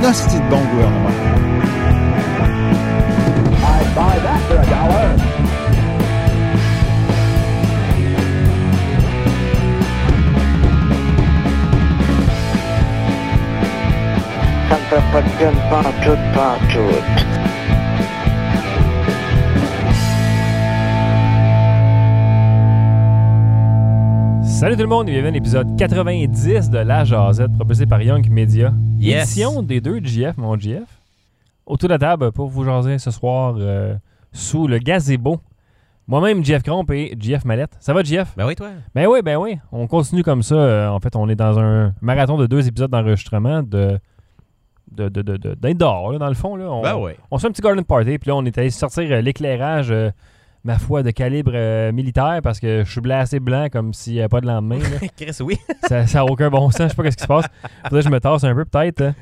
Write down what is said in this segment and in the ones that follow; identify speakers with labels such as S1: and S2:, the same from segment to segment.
S1: nasty de bon gouvernement.
S2: I'd buy that for a dollar.
S3: Ça ne fait pas de gueule pantoute, pantoute.
S4: Salut tout le monde et bienvenue à l'épisode 90 de La Jazette proposé par Young Media.
S5: Yes.
S4: Édition des deux GF, mon GF. Autour de la table pour vous jaser ce soir euh, sous le gazebo. Moi-même, GF Cromp et GF Mallette. Ça va, GF?
S5: Ben oui, toi.
S4: Ben oui, ben oui. On continue comme ça. Euh, En fait, on est dans un marathon de deux épisodes d'enregistrement de. De, de, de, de- d'être dehors, là, dans le fond. Là. On,
S5: Ben oui.
S4: on se fait un petit garden party, puis là, on est allé sortir euh, l'éclairage, euh, ma foi, de calibre euh, militaire, parce que je suis assez blanc comme s'il n'y avait pas de lendemain. là.
S5: Chris, oui.
S4: ça n'a aucun bon sens. Je sais pas ce qui se passe. Faudrait que je me tasse un peu, peut-être. hein.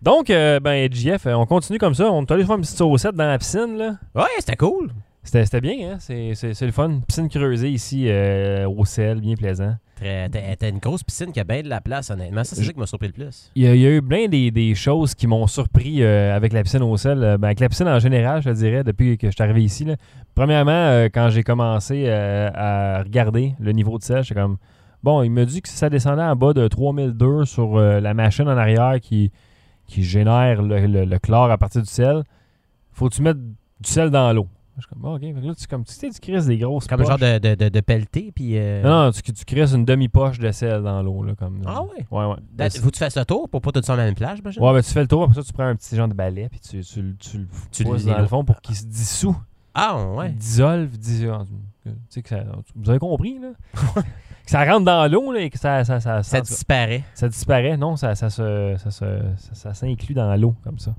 S4: Donc, euh, ben, JF, euh, on continue comme ça. On est allé faire une petite saucette dans la piscine, là.
S5: Ouais, c'était cool.
S4: C'était c'était bien, hein? C'est- C'est c'est le fun. Piscine creusée ici, euh, au sel, bien plaisant.
S5: Très- T'as t'as une grosse piscine qui a bien de la place, honnêtement. Ça, c'est ça qui m'a surpris le plus.
S4: Il y, a, il y a eu plein des, des choses qui m'ont surpris euh, avec la piscine au sel. Euh, ben, avec la piscine en général, je te dirais, depuis que je suis arrivé ici. là. Premièrement, euh, quand j'ai commencé euh, à regarder le niveau de sel, j'étais comme... Bon, il me dit que ça descendait en bas de 3002 sur euh, la machine en arrière qui, qui génère le, le- le chlore à partir du sel. Faut que tu mettes du sel dans l'eau. Je suis comme, Ah, OK. Fait que là, tu, comme, tu sais, tu Ah. crises des grosses
S5: Comme un
S4: poches.
S5: genre de, de, de, de pelleté, puis. euh,
S4: Non, non, tu, tu crises une demi-poche de sel dans l'eau. là, Comme,
S5: Ah ouais?
S4: Ouais, ouais.
S5: That- Faut que tu fasses le tour pour pas tout sur la même plage, j'imagine?
S4: Ben, Ouais, ben tu fais le tour, après ça, tu prends un petit genre de balai, puis tu, tu, le- tu le
S5: Tu
S4: pousses
S5: le-
S4: dans le fond pour qu'il se dissout,
S5: Ah, ouais.
S4: dissolve, dissolve. Tu sais que ça, vous avez compris, là? que ça rentre dans l'eau, là, et que ça, ça, ça,
S5: Ça
S4: ça,
S5: disparaît.
S4: ça disparaît. Non, ça, ça, se- ça, se- ça, ça s'inclut dans l'eau, comme ça.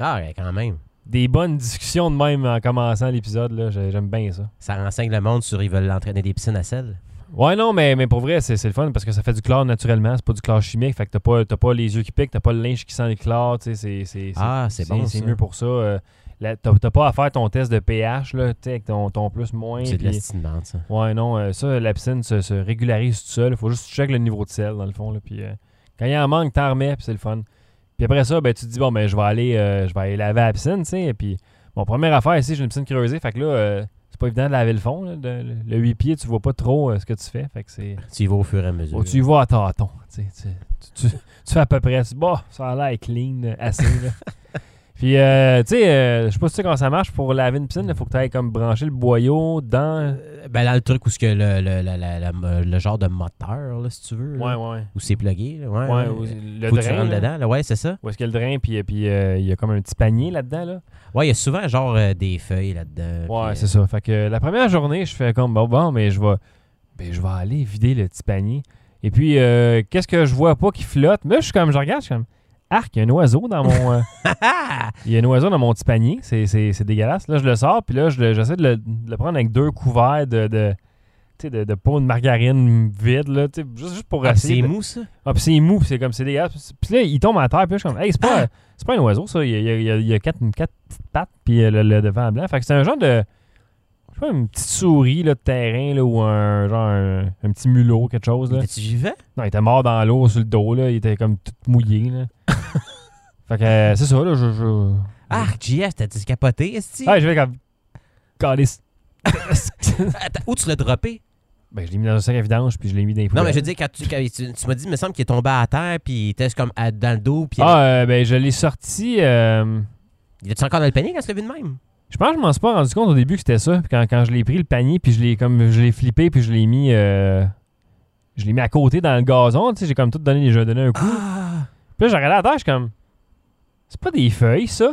S5: Ah, ouais, quand même.
S4: Des bonnes discussions de même en commençant l'épisode, là, j'ai- j'aime bien ça.
S5: Ça renseigne le monde sur ils veulent l'entraîner des piscines à sel.
S4: Ouais, non, mais, mais pour vrai, c'est c'est le fun parce que ça fait du chlore naturellement, c'est pas du chlore chimique, fait que t'as pas, t'as pas les yeux qui piquent, t'as pas le linge qui sent le chlore, tu sais, c'est- c'est... c'est-
S5: Ah, c'est bon.
S4: C'est
S5: ça.
S4: mieux pour ça. Euh, là, T'as t'as pas à faire ton test de pH, là, tu sais, avec ton, ton plus, moins.
S5: C'est de
S4: puis-
S5: la style de merde, ça.
S4: Ouais, non, euh, ça, la piscine se, se régularise tout seul. Faut juste checker le niveau de sel, dans le fond. Là, puis, euh, quand il en manque, t'en remets, puis c'est le fun. Puis après ça, ben, tu te dis, bon, ben, je vais aller, euh, je vais aller laver la piscine, tu sais. et Puis, mon première affaire ici, j'ai une piscine creusée. Fait que là, euh, c'est pas évident de laver le fond. là, de- le- le 8 pieds, tu vois pas trop euh, ce que tu fais. Fait que c'est.
S5: Tu y vas au fur et à mesure.
S4: Oh, tu y vas à tâtons. Tu, sais, tu- tu- tu- tu fais à peu près. tu- Bah, ça a l'air clean euh, assez. Là. Puis, euh, tu sais, euh, je sais pas si tu sais comment ça marche. Pour laver une piscine, il faut que tu ailles comme brancher le boyau dans.
S5: Euh, Ben, là, le truc où ce que le, le, la- la- la- le genre de moteur, là, si tu veux. là,
S4: ouais.
S5: Où c'est plugué. là, Ouais,
S4: Ouais,
S5: ouais.
S4: ou- le
S5: Faut que tu
S4: drain.
S5: rentres
S4: là.
S5: dedans. là, Ouais, c'est ça.
S4: Où est-ce qu'il y a le drain? Puis, euh, puis euh, il y a comme un petit panier là-dedans. Là.
S5: Ouais, il y a souvent genre euh, des feuilles là-dedans.
S4: Ouais,
S5: puis,
S4: c'est ça. Fait que euh, la première journée, je fais comme bon, bon, mais je vais, ben, je vais aller vider le petit panier. Et puis, euh, qu'est-ce que je vois pas qui flotte? Moi, je suis comme, je regarde, je suis comme, arc, il y a un oiseau dans mon. euh, il y a un oiseau dans mon petit panier. C'est, c'est, c'est dégueulasse. Là, je le sors, puis là, je le- j'essaie de le, de le prendre avec deux couverts de. de tu sais, de, de pot de margarine vide, là, tu sais, juste, juste pour
S5: Ah, puis c'est
S4: essayer. de-
S5: mou, ça.
S4: Ah, puis c'est mou, puis c'est comme, c'est dégueulasse. Puis là, il tombe à terre, puis là, je suis comme, hey, c'est
S5: Ah!
S4: pas, c'est pas un oiseau, ça. Il y a, il y a- il y a- il y a quatre, quatre petites pattes, puis euh, le, le devant blanc. Fait que c'est un genre de. Je sais pas, une petite souris, là, de terrain, là, ou un genre, un, un petit mulot, quelque chose, là.
S5: tu vivant?
S4: Non, il était mort dans l'eau, sur le dos, là. Il était comme tout mouillé, là. fait que, euh, c'est ça, là. Je. je...
S5: Ah, JF, t'as dit capoté, est-ce
S4: Ah, je vais comme. Calisse.
S5: Où tu l'as droppé?
S4: ben, je l'ai mis dans un sac à vidange, puis je l'ai mis dans les
S5: Non, mais
S4: poubelles.
S5: je veux dire, quand tu, quand tu, tu m'as dit, il me semble qu'il est tombé à terre, puis il était comme à- dans le dos, puis
S4: Ah, euh, ben, je l'ai sorti. euh,
S5: il était encore dans le panier quand tu l'as vu de même?
S4: Je pense que je m'en suis pas rendu compte au début que c'était ça. Puis Quand, quand je l'ai pris le panier, puis je l'ai comme je l'ai flippé, puis je l'ai mis euh, je l'ai mis à côté dans le gazon, tu sais, j'ai comme tout donné, j'ai donné un coup.
S5: Ah!
S4: Puis là, j'ai regardé à terre, je suis comme c'est pas des feuilles ça.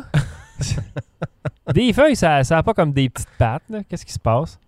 S4: des feuilles ça ça a pas comme des petites pattes là. qu'est-ce qui se passe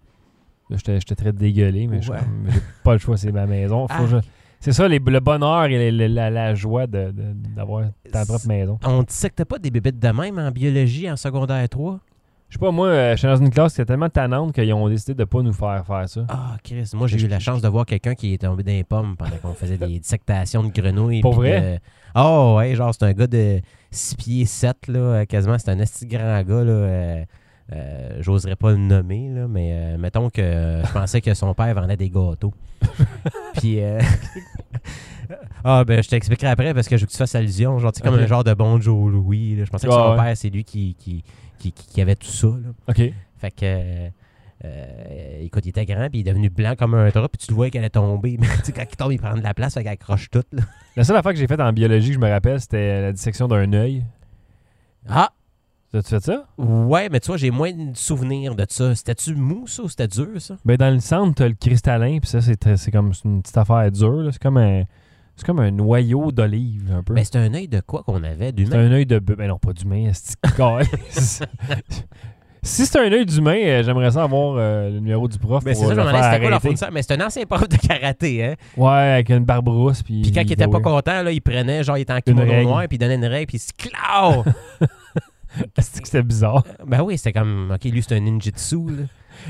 S4: Là, j'étais j'étais très dégueulé, mais je suis
S5: Ouais.
S4: comme, j'ai pas le choix, c'est ma maison,
S5: Ah.
S4: Faut que je- c'est ça les- le bonheur et le- le- la, la joie de- de- d'avoir ta propre maison.
S5: On dissectait pas des bébites de même en biologie en secondaire 3?
S4: Je sais pas, moi, euh, j'étais dans une classe qui était tellement tannante qu'ils ont décidé de pas nous faire faire ça.
S5: Ah, Chris, moi j'ai eu la chance de voir quelqu'un qui est tombé dans les pommes pendant qu'on faisait des dissectations de grenouilles.
S4: Pour
S5: puis
S4: vrai?
S5: de- Ah ouais, genre c'est un gars de 6 pieds 7, là, euh, quasiment, c'est un esti de grand gars, là. euh, euh, J'oserais pas le nommer, là, mais euh, mettons que euh, je pensais que son père vendait des gâteaux. Puis, euh, Ah, ben, je t'expliquerai après parce que je veux que tu fasses allusion. Genre, c'est comme
S4: Ok.
S5: un genre de bon Joe Louis. là. Je pensais que
S4: Ah,
S5: son
S4: ouais.
S5: père, c'est lui qui, qui, qui, qui- qui avait tout ça. là.
S4: OK.
S5: Fait que. euh, euh, écoute, il était grand, puis il est devenu blanc comme un drap, puis tu le vois qu'elle est tombée. Mais tu sais, quand il tombe, il prend de la place, fait qu'elle accroche tout. Là.
S4: La seule affaire que j'ai faite en biologie, que je me rappelle, c'était la dissection d'un œil.
S5: Ah!
S4: As-tu fait ça?
S5: Ouais, mais tu vois, j'ai moins de souvenirs de ça. C'était-tu mou, ça, ou c'était dur, ça?
S4: Ben, dans le centre, t'as le cristallin, puis ça, c'est très- c'est comme c'est une petite affaire dure. là. C'est comme un. C'est comme un noyau d'olive, un peu.
S5: Mais c'était un œil de quoi qu'on avait,
S4: C'est
S5: d'humain?
S4: un œil de bœuf. Ben non, pas d'humain, esti de calice. Si c'est un œil d'humain, euh, j'aimerais ça avoir euh, le numéro du prof.
S5: Mais Ben, c'est
S4: pour
S5: ça, je
S4: le
S5: me demandais,
S4: faire
S5: c'était quoi leur
S4: arrêter.
S5: fournisseur? Mais c'est un ancien prof de karaté, hein?
S4: Ouais, avec une barbe rousse. Puis,
S5: Puis quand il était pas
S4: ouais.
S5: content, là, il prenait, genre, il était en kimono
S4: règle.
S5: noir, puis il donnait une règle, puis il se claw!
S4: Esti que C'était bizarre.
S5: ben oui, c'était comme, OK, lui, c'est un ninjutsu, là.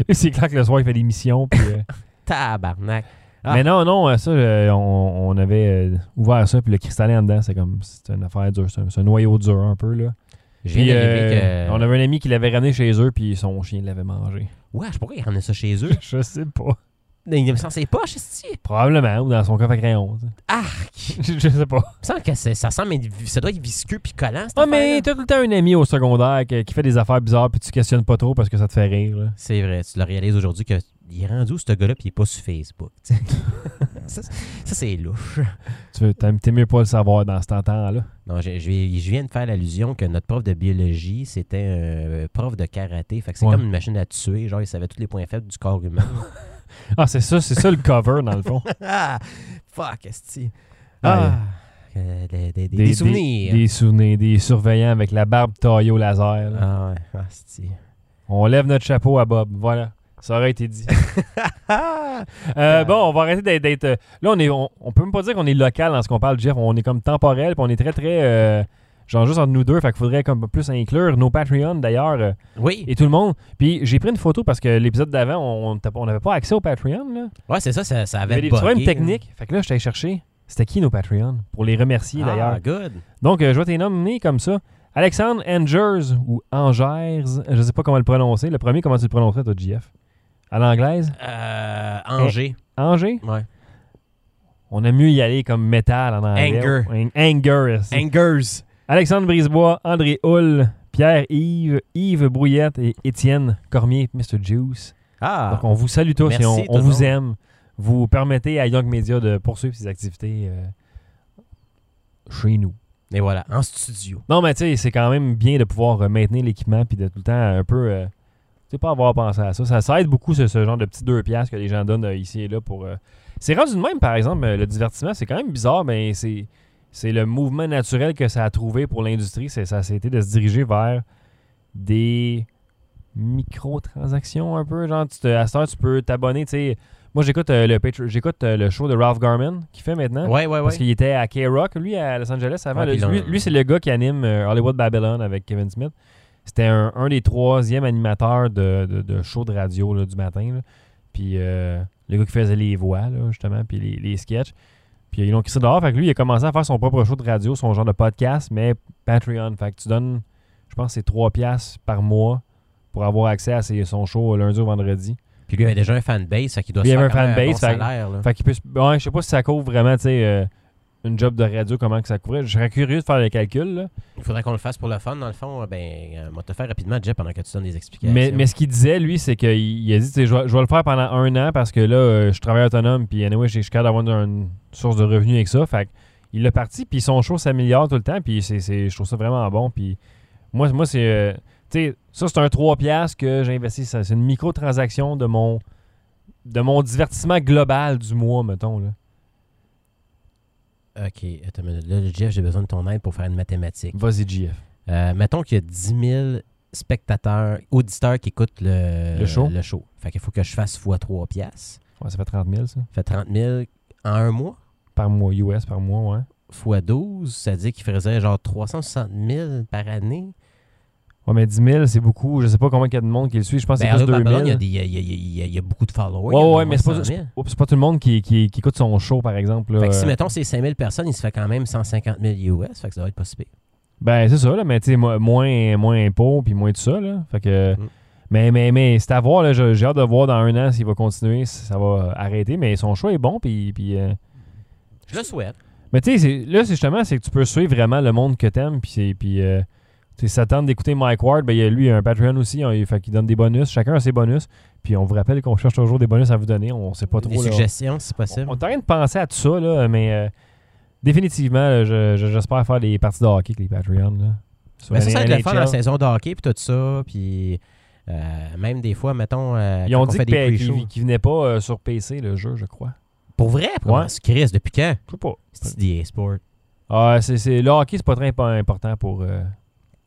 S4: Lui, c'est clair que le soir, il fait des missions. puis, euh,
S5: Tabarnak. Ah.
S4: Mais non, non, euh, ça, euh, on, on avait euh, ouvert ça, puis le cristallin en dedans, c'est comme. C'est une affaire dure, c'est un, c'est un noyau dur, un peu, là.
S5: J'ai
S4: Puis
S5: viens
S4: euh,
S5: d'arriver que...
S4: on avait un ami qui l'avait ramené chez eux, puis son chien l'avait mangé.
S5: Wesh, pourquoi ils ramenaient ça chez eux?
S4: Je sais pas.
S5: Il me semble c'est poche, cest
S4: Probablement, ou dans son coffre à crayon. tu sais.
S5: Arc!
S4: je, je sais pas.
S5: Il me semble que c'est- ça semble... être- Ça doit être visqueux puis collant, cette
S4: Ah, mais
S5: affaire-là.
S4: t'as tout le temps un ami au secondaire que- qui fait des affaires bizarres, puis tu questionnes pas trop parce que ça te fait rire, là.
S5: C'est vrai, tu le réalises aujourd'hui que... Il est rendu où, ce gars-là, puis il est pas sur Facebook. tu sais. ça, c'est- ça, c'est louche.
S4: Tu veux- t'aimes- t'aimes mieux pas le savoir dans ce temps-là.
S5: Non, je, je vais- je viens de faire l'allusion que notre prof de biologie, c'était un euh, prof de karaté. Fait que c'est
S4: Ouais.
S5: comme une machine à tuer. Genre, il savait tous les points faibles du corps humain.
S4: Ah, c'est ça, c'est ça le cover, dans le fond.
S5: ah! Fuck, esti. Ah! Euh, des, des- des- des souvenirs.
S4: Des, souvenirs, des surveillants avec la barbe taillée au laser. là.
S5: Ah ouais, ah, esti.
S4: On lève notre chapeau à Bob. Voilà. Ça aurait été dit.
S5: Ah!
S4: Euh,
S5: Ouais.
S4: bon, on va arrêter d'être- d'être. euh, Là, on est. On, on peut même pas dire qu'on est local dans ce qu'on parle, Jeff. On est comme temporel, puis on est très, très. euh, genre juste entre nous deux. Fait qu'il faudrait comme plus inclure nos Patreons d'ailleurs euh,
S5: Oui,
S4: et tout le monde. Puis j'ai pris une photo parce que l'épisode d'avant, on t'a- on n'avait pas accès aux Patreons. Là.
S5: ouais, c'est ça, ça, ça
S4: Il y
S5: avait hein.
S4: avait des petits
S5: bugué,
S4: problèmes
S5: là.
S4: techniques. Fait que là, je t'allais chercher. C'était qui nos Patreons Pour les remercier d'ailleurs.
S5: Ah, good.
S4: Donc, euh, je vais t'y nommer comme ça. Alexandre Angers ou Angers, je sais pas comment le prononcer. Le premier, comment tu le prononcerais, toi, JF À l'anglaise
S5: Euh, Angers.
S4: Angers
S5: Ouais.
S4: On aime mieux y aller comme métal en anglais.
S5: Anger.
S4: Ang- Anger. c'est-
S5: Angers.
S4: Alexandre Brisebois, André Hull, Pierre-Yves, Yves Brouillette et Étienne Cormier, Mr. Juice.
S5: Ah,
S4: Donc, on vous salue tous
S5: Merci,
S4: et on,
S5: tout
S4: on
S5: le monde.
S4: vous aime. Vous permettez à Young Media de poursuivre ses activités euh, chez nous.
S5: et voilà, en studio.
S4: Non, mais tu sais, c'est quand même bien de pouvoir euh, maintenir l'équipement puis de tout le temps euh, un peu. euh, tu sais, pas avoir pensé à ça. Ça, ça aide beaucoup ce, ce genre de petits deux piastres que les gens donnent euh, ici et là pour. euh, C'est rendu de même, par exemple, euh, le divertissement, c'est quand même bizarre, mais c'est. C'est le mouvement naturel que ça a trouvé pour l'industrie. C'est ça, c'était de se diriger vers des microtransactions un peu. Genre, tu te- à cette heure, tu peux t'abonner. tu sais. Moi, j'écoute euh, le Patreon- j'écoute euh, le show de Ralph Garman qui fait maintenant.
S5: Ouais, ouais,
S4: Hein? Parce
S5: ouais.
S4: qu'il était à K-Rock, lui, à Los Angeles avant.
S5: Ah,
S4: Le-
S5: puis là,
S4: lui,
S5: on-
S4: lui, c'est le gars qui anime euh, Hollywood Babylon avec Kevin Smith. C'était un, un des troisièmes animateurs de, de, de show de radio là, du matin. là. Puis euh, le gars qui faisait les voix, là, justement, puis les, les sketchs. Puis ils l'ont crissé dehors. Fait que lui, il a commencé à faire son propre show de radio, son genre de podcast, mais Patreon. Fait que tu donnes, je pense, c'est 3 piastres par mois pour avoir accès à ses- son show euh, lundi au vendredi.
S5: Puis lui, il avait déjà un fanbase, fait qu'il doit
S4: Lui,
S5: se
S4: il avait
S5: faire
S4: un
S5: quand même un bon
S4: fanbase, fait-
S5: salaire, là.
S4: Fait qu'il peut. se- Ouais, je sais pas si ça couvre vraiment, tu sais, euh, une job de radio, comment que ça couvrait. Je serais curieux de faire les calculs, là.
S5: Il faudrait qu'on le fasse pour le fun, dans le fond. Ben, euh, on va te le faire rapidement, Jeff, pendant que tu donnes des explications.
S4: Mais, mais ce qu'il disait, lui, c'est qu'il il a dit, tu sais, je vais je vais le faire pendant un an parce que là, euh, je travaille autonome, puis anyway, j'ai- je suis capable d'avoir une source de revenus avec ça. Fait que il l'a parti, puis son show s'améliore tout le temps, puis c'est, c'est- je trouve ça vraiment bon. Puis moi, moi c'est. euh, tu sais, ça, c'est un 3$ piastres que j'ai investi. Ça, C'est une micro-transaction de mon, de mon divertissement global du mois, mettons, là.
S5: OK, attends une minute. Là, Jeff, j'ai besoin de ton aide pour faire une mathématique.
S4: Vas-y, JF.
S5: Euh, mettons qu'il y a 10 000 spectateurs, auditeurs qui écoutent le,
S4: Le show.
S5: Fait qu'il faut que je fasse x 3 piastres.
S4: Ouais, ça fait 30 000, ça.
S5: Ça fait 30 000 en un mois.
S4: Par mois, US par mois, ouais.
S5: Fois 12, ça dit qu'il faisait genre 360 000 par année.
S4: Ouais, mais 10 000, c'est beaucoup. Je sais pas combien il y a de monde qui le suit. Je pense que
S5: Ben,
S4: Ah, c'est
S5: Arlo
S4: plus 2
S5: Babylon,
S4: 000.
S5: il y, a des- il y a- il y a- il y a- il y a beaucoup de followers. il
S4: Ouais,
S5: y en a
S4: ouais, mais c'est
S5: moins
S4: pas-
S5: 100 000.
S4: Oups, c'est pas tout le monde qui, qui, qui écoute son show, par exemple. là.
S5: Fait que si,
S4: Euh,
S5: mettons, c'est 5 000 personnes, il se fait quand même 150 000 US. Fait que ça doit être pas si pire.
S4: Ben, c'est ça, là, mais tu sais, mo- moins, moins impôts, puis moins tout ça, là. Fait que...
S5: Mm.
S4: Mais, mais, mais c'est à voir, là. Je- J'ai hâte de voir dans un an s'il va continuer, si ça va arrêter. Mais son show est bon, puis... puis, euh,
S5: Je le souhaite.
S4: Mais tu sais, c'est- là, c'est justement, c'est que tu peux suivre vraiment le monde que t'aimes. Puis, c'est- puis euh, tu sais, ça tente d'écouter Mike Ward. Ben, il y a- lui, il a un Patreon aussi. hein, il fait qu'il donne des bonus. Chacun a ses bonus. Puis on vous rappelle qu'on cherche toujours des bonus à vous donner. On sait pas trop.
S5: Des
S4: là.
S5: suggestions, si
S4: On
S5: possible.
S4: on est en train de penser à tout ça, là, mais euh, définitivement, là, je- je- j'espère faire des parties de hockey avec les Patreons. Là, Sur
S5: Mais ça, ça va
S4: les
S5: être le fun hein,
S4: NHL.
S5: en saison de hockey, puis tout ça. Puis euh, même des fois, mettons, euh,
S4: Ils
S5: quand
S4: ont
S5: on
S4: dit
S5: fait des
S4: qu'ils
S5: pre-shows.
S4: ne venaient pas euh, sur PC, le jeu, je crois.
S5: Pour vrai, pour
S4: Ouais.
S5: ouais. Chris, depuis quand?
S4: Je sais pas.
S5: C'est EA Sport.
S4: Ah, c'est- c'est- le hockey, c'est pas très impo- important pour euh,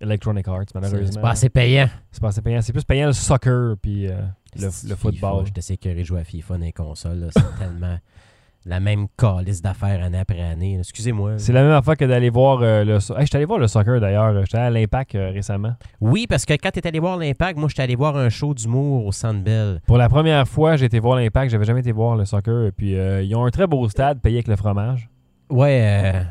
S4: Electronic Arts, malheureusement.
S5: C'est c'est pas assez payant.
S4: C'est pas assez payant. C'est plus payant le soccer puis euh, le, le
S5: FIFA,
S4: football.
S5: J'étais sécuré de jouer à FIFA dans les consoles. là. C'est tellement la même calice d'affaires année après année. Excusez-moi.
S4: C'est la même affaire que d'aller voir euh, le so- Hey, j'étais allé voir le soccer d'ailleurs. J'étais allé à l'Impact euh, récemment.
S5: Oui, parce que quand t'es allé voir l'Impact, moi, j'étais allé voir un show d'humour au Centre Bell.
S4: Pour la première fois, j'ai été voir l'Impact. J'avais jamais été voir le soccer. Puis euh, ils ont un très beau stade payé avec le fromage.
S5: Ouais, euh,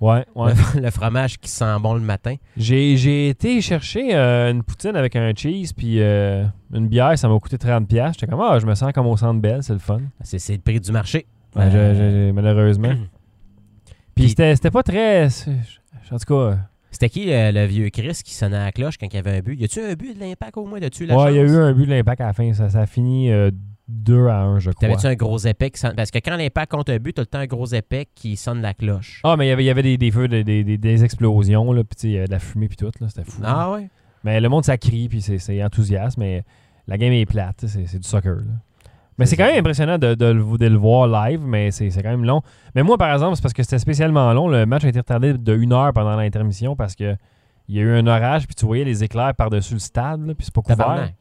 S4: Ouais, ouais.
S5: le, le fromage qui sent bon le matin.
S4: J'ai, j'ai été chercher euh, une poutine avec un cheese puis euh, une bière, ça m'a coûté 30$. piastres. J'étais comme, ah, je me sens comme au centre belle, c'est le fun.
S5: C'est c'est le prix du marché.
S4: Ben, je- je- malheureusement. puis
S5: Puis-
S4: c'était, c'était pas très. c'est- En tout cas,
S5: C'était qui euh, le, vieux Chris qui sonnait à la cloche quand il y avait un but? Y a-tu un but de l'Impact au moins? Y a-tu eu la
S4: ouais, il y a
S5: chance?
S4: eu un but de l'impact à la fin. Ça, ça a fini 2 à 1, je crois.
S5: T'avais-tu un gros épais qui sonne? Parce que quand l'impact compte un but, t'as le temps un gros épais qui sonne la cloche.
S4: Ah, mais il y avait, il y avait des, des feux, des, des- des- des explosions, là, puis tu sais, il y avait de la fumée, puis tout, là, c'était fou.
S5: Ah ouais?
S4: Mais le monde, ça crie, puis c'est, c'est enthousiaste, mais la game est plate, tu sais, c'est, c'est du soccer. là. Mais
S5: C'est
S4: c'est, quand
S5: ça.
S4: même impressionnant de, de le- de le voir live, mais c'est, c'est quand même long. Mais moi, par exemple, c'est parce que c'était spécialement long. Le match a été retardé de une heure pendant l'intermission parce que il y a eu un orage, puis tu voyais les éclairs par-dessus le stade, là, puis c'est pas couvert.
S5: Tabarnak.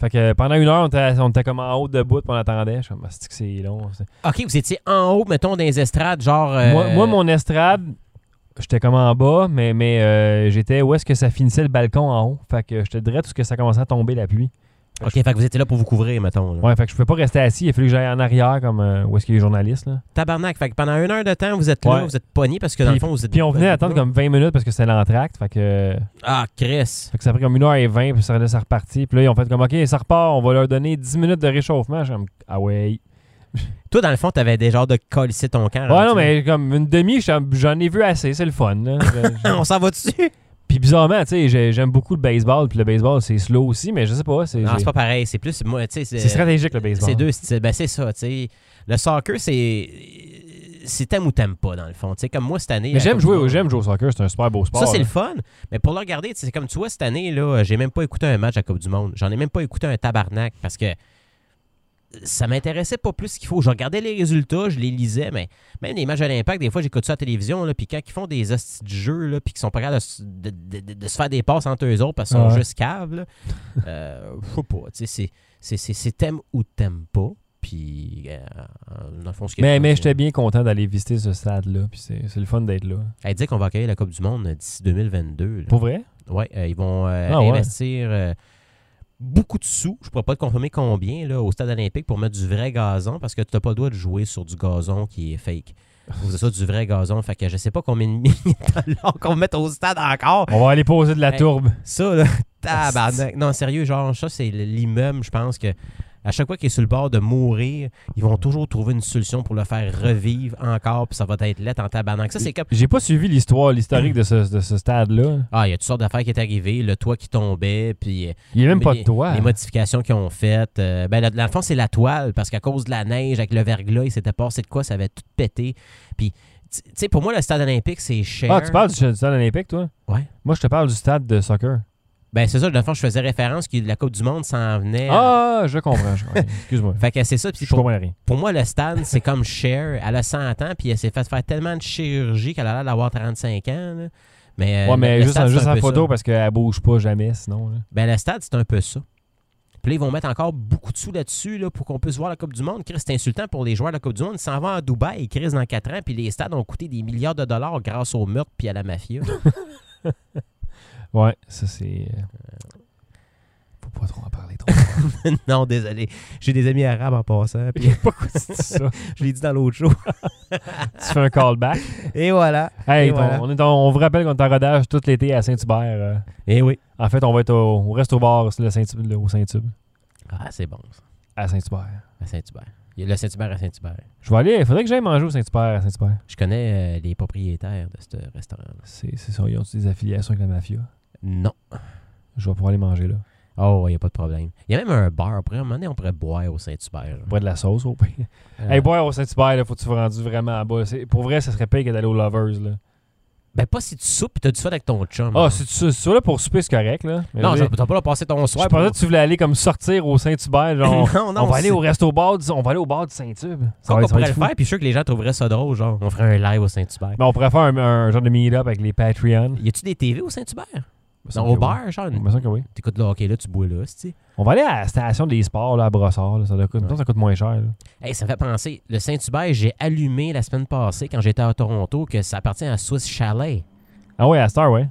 S4: Fait que pendant une heure, on était, on était comme en haut de bout, puis on attendait. Je suis comme, Asti que c'est long. c'est-
S5: OK, vous étiez en haut, mettons, dans les estrades, genre... euh,
S4: Moi, moi, mon estrade, j'étais comme en bas, mais, mais euh, j'étais où est-ce que ça finissait le balcon en haut. Fait que j'étais direct où est-ce que ça commençait à tomber la pluie.
S5: OK, fait que vous étiez là pour vous couvrir, mettons. là.
S4: Ouais, fait que je pouvais pas rester assis. Il a fallu que j'aille en arrière, comme euh, où est-ce qu'il y a les journalistes. Là.
S5: Tabarnak, fait que pendant une heure de temps, vous êtes
S4: Ouais.
S5: là, vous êtes pogné parce que dans le fond, vous êtes...
S4: Puis on venait attendre comme 20 minutes parce que c'était l'entracte. Fait que,
S5: Ah, Chris!
S4: fait que ça a pris comme 1h20, puis ça, là, ça repartit. Puis là, ils ont fait comme, OK, ça repart, on va leur donner 10 minutes de réchauffement. J'ai comme, ah ouais.
S5: Toi, dans le fond, t'avais des genres de colisser ton camp.
S4: Ouais,
S5: rendu là.
S4: non, mais comme une demi, j'étais comme, j'en ai vu assez, c'est le fun. là. Je- je-
S5: on s'en va dessus?
S4: puis bizarrement, tu sais, j'ai- j'aime beaucoup le baseball, puis le baseball, c'est slow aussi, mais je sais pas. C'est
S5: Non,
S4: j'ai-
S5: c'est pas pareil. C'est plus... Moi, tu sais,
S4: c'est stratégique, le baseball.
S5: C'est deux styles. Ben, c'est ça, tu sais. Le soccer, c'est. C'est t'aimes ou t'aimes pas, dans le fond. Tu sais, comme moi, cette année.
S4: Mais
S5: la
S4: j'aime
S5: Coupe
S4: jouer,
S5: du
S4: au-
S5: Monde,
S4: j'aime jouer au soccer, c'est un super beau sport.
S5: Ça, c'est
S4: là.
S5: le fun. Mais pour le regarder, tu sais, c'est comme tu vois, cette année, là, j'ai même pas écouté un match à Coupe du Monde. J'en ai même pas écouté un tabarnak parce que ça m'intéressait pas plus qu'il faut. Je regardais les résultats, je les lisais, mais même les matchs à l'impact, des fois, j'écoute ça à la télévision, là, puis quand ils font des hosties de jeux, là, puis qu'ils sont pas capables de, s- de- de- de- de se faire des passes entre eux autres parce qu'ils sont
S4: Ouais.
S5: juste caves, là, euh, je sais pas. Tu sais, c'est- c'est- c'est c'est t'aimes ou t'aimes pas. Puis, euh, dans le fond, ce qui est
S4: Mais,
S5: le
S4: mais
S5: fun,
S4: j'étais bien content d'aller visiter ce stade-là, puis c'est c'est le fun d'être là.
S5: c'est- Elle dit qu'on va accueillir la Coupe du Monde euh, d'ici 2022. là.
S4: Pour vrai?
S5: Oui, ils vont euh,
S4: Ah ouais.
S5: investir euh, beaucoup de sous. Je ne pourrais pas te confirmer combien là, au stade olympique pour mettre du vrai gazon parce que tu n'as pas le droit de jouer sur du gazon qui est fake. Vous ça du vrai gazon. Fait que je sais pas combien de milliers de dollars qu'on va mettre au stade encore.
S4: On va aller poser de la
S5: Hey.
S4: tourbe.
S5: Ça, là, tabarnak. Non, sérieux, genre, ça, c'est l'immeuble, je pense que à chaque fois qu'il est sur le bord de mourir, ils vont toujours trouver une solution pour le faire revivre encore, puis ça va être lettre en tabarnak. Ça, c'est comme.
S4: J'ai pas suivi l'histoire, l'historique de ce, de ce stade-là.
S5: Ah, il y a toutes sortes d'affaires qui est arrivées, le toit qui tombait, puis. euh,
S4: Il y a même
S5: Mais
S4: pas
S5: les-
S4: de toit.
S5: Les modifications qu'ils ont faites. euh, ben, la- dans le fond, c'est la toile, parce qu'à cause de la neige, avec le verglas, il s'était passé de quoi, ça avait tout pété. Puis, tu tu sais, pour moi, le stade olympique, c'est cher.
S4: Ah, tu parles du, du stade olympique, toi?
S5: Ouais.
S4: Moi, je te parle du stade de soccer.
S5: Ben, c'est ça, dans le fond, je faisais référence que la Coupe du Monde s'en venait.
S4: Ah, je comprends. je comprends. Excuse-moi.
S5: Fait que c'est ça.
S4: Je
S5: Puis
S4: suis pas
S5: pour,
S4: bon à rien.
S5: pour moi, le stade, c'est comme Cher. Elle a 100 ans, puis elle s'est fait faire tellement de chirurgie qu'elle a l'air d'avoir 35 ans. là. Mais, euh,
S4: Ouais,
S5: le-
S4: mais
S5: le
S4: juste, en,
S5: stade, c'est
S4: juste
S5: un
S4: en
S5: peu
S4: photo
S5: ça.
S4: parce qu'elle bouge pas jamais, sinon. là.
S5: Ben, le stade, c'est un peu ça. Puis là, ils vont mettre encore beaucoup de sous là-dessus là, pour qu'on puisse voir la Coupe du Monde. Chris, c'est insultant pour les joueurs de la Coupe du Monde. Ils s'en vont à Dubaï, Chris, dans 4 ans, puis les stades ont coûté des milliards de dollars grâce au meurtre puis à la mafia.
S4: Ouais, ça, c'est. euh, Faut pas trop en parler trop. fort.
S5: non, désolé. J'ai des amis arabes en passant, puis
S4: Pourquoi tu dis ça?
S5: je l'ai dit dans l'autre show.
S4: tu fais un callback.
S5: Et voilà.
S4: Hey,
S5: Et
S4: on-
S5: voilà.
S4: on, est en- on vous rappelle qu'on est en rodage tout l'été à Saint-Hubert. euh.
S5: Et oui.
S4: En fait, on va être au, on reste au bar sur le Saint-Hubert- le- au Saint-Hubert.
S5: Ah, c'est bon, ça.
S4: À Saint-Hubert.
S5: À Saint-Hubert. Il y a le Saint-Hubert à Saint-Hubert.
S4: Je vais aller. Il faudrait que j'aille manger au Saint-Hubert à Saint-Hubert.
S5: Je connais euh, les propriétaires de ce restaurant-là.
S4: C'est c'est ça. Ils ont des affiliations avec la mafia.
S5: Non.
S4: Je vais pouvoir aller manger là.
S5: Oh, il n'y a pas de problème. Il y a même un bar. On pourrait, à un moment donné, on pourrait boire au Saint-Hubert. là.
S4: Boire de la sauce au pire.
S5: Euh,
S4: Hey, boire au Saint-Hubert, là, faut que tu sois rendu vraiment à bas. C'est- Pour vrai, ça serait pire que d'aller au Lovers. Là.
S5: Ben, pas si tu soupes et t'as du fun avec ton chum.
S4: Ah,
S5: là.
S4: si tu si tu es là pour souper, c'est correct. Là. Mais
S5: Non,
S4: je-
S5: je- t'as pas là passé ton
S4: je
S5: soir.
S4: pensais que tu voulais aller comme sortir au Saint-Hubert. Genre,
S5: non, non,
S4: on va aller
S5: c'est-
S4: au resto bar, du- on va aller au bar du Saint-Hub. Ah Ça
S5: Quoi
S4: va
S5: qu'on
S4: être- ça va
S5: pourrait
S4: être
S5: le
S4: fou.
S5: faire, puis je suis sûr que les gens trouveraient ça drôle, genre, on ferait un live au Saint-Hubert.
S4: Mais on pourrait faire un, un genre de meet-up avec les Patreon.
S5: Y a-tu des TV au Saint-Hubert?
S4: Me
S5: Non,
S4: semble
S5: au
S4: que
S5: bar, genre,
S4: oui. Me semble que oui.
S5: t'écoutes le hockey là, tu bois là, tu
S4: On va aller à la station des sports là, à Brossard. là. Ça, doit coûter-
S5: Ouais.
S4: ça coûte moins cher. là.
S5: Hey, ça me fait penser, le Saint-Hubert, j'ai allumé la semaine passée quand j'étais à Toronto que ça appartient à Swiss Chalet.
S4: Ah ouais, à Star, ouais.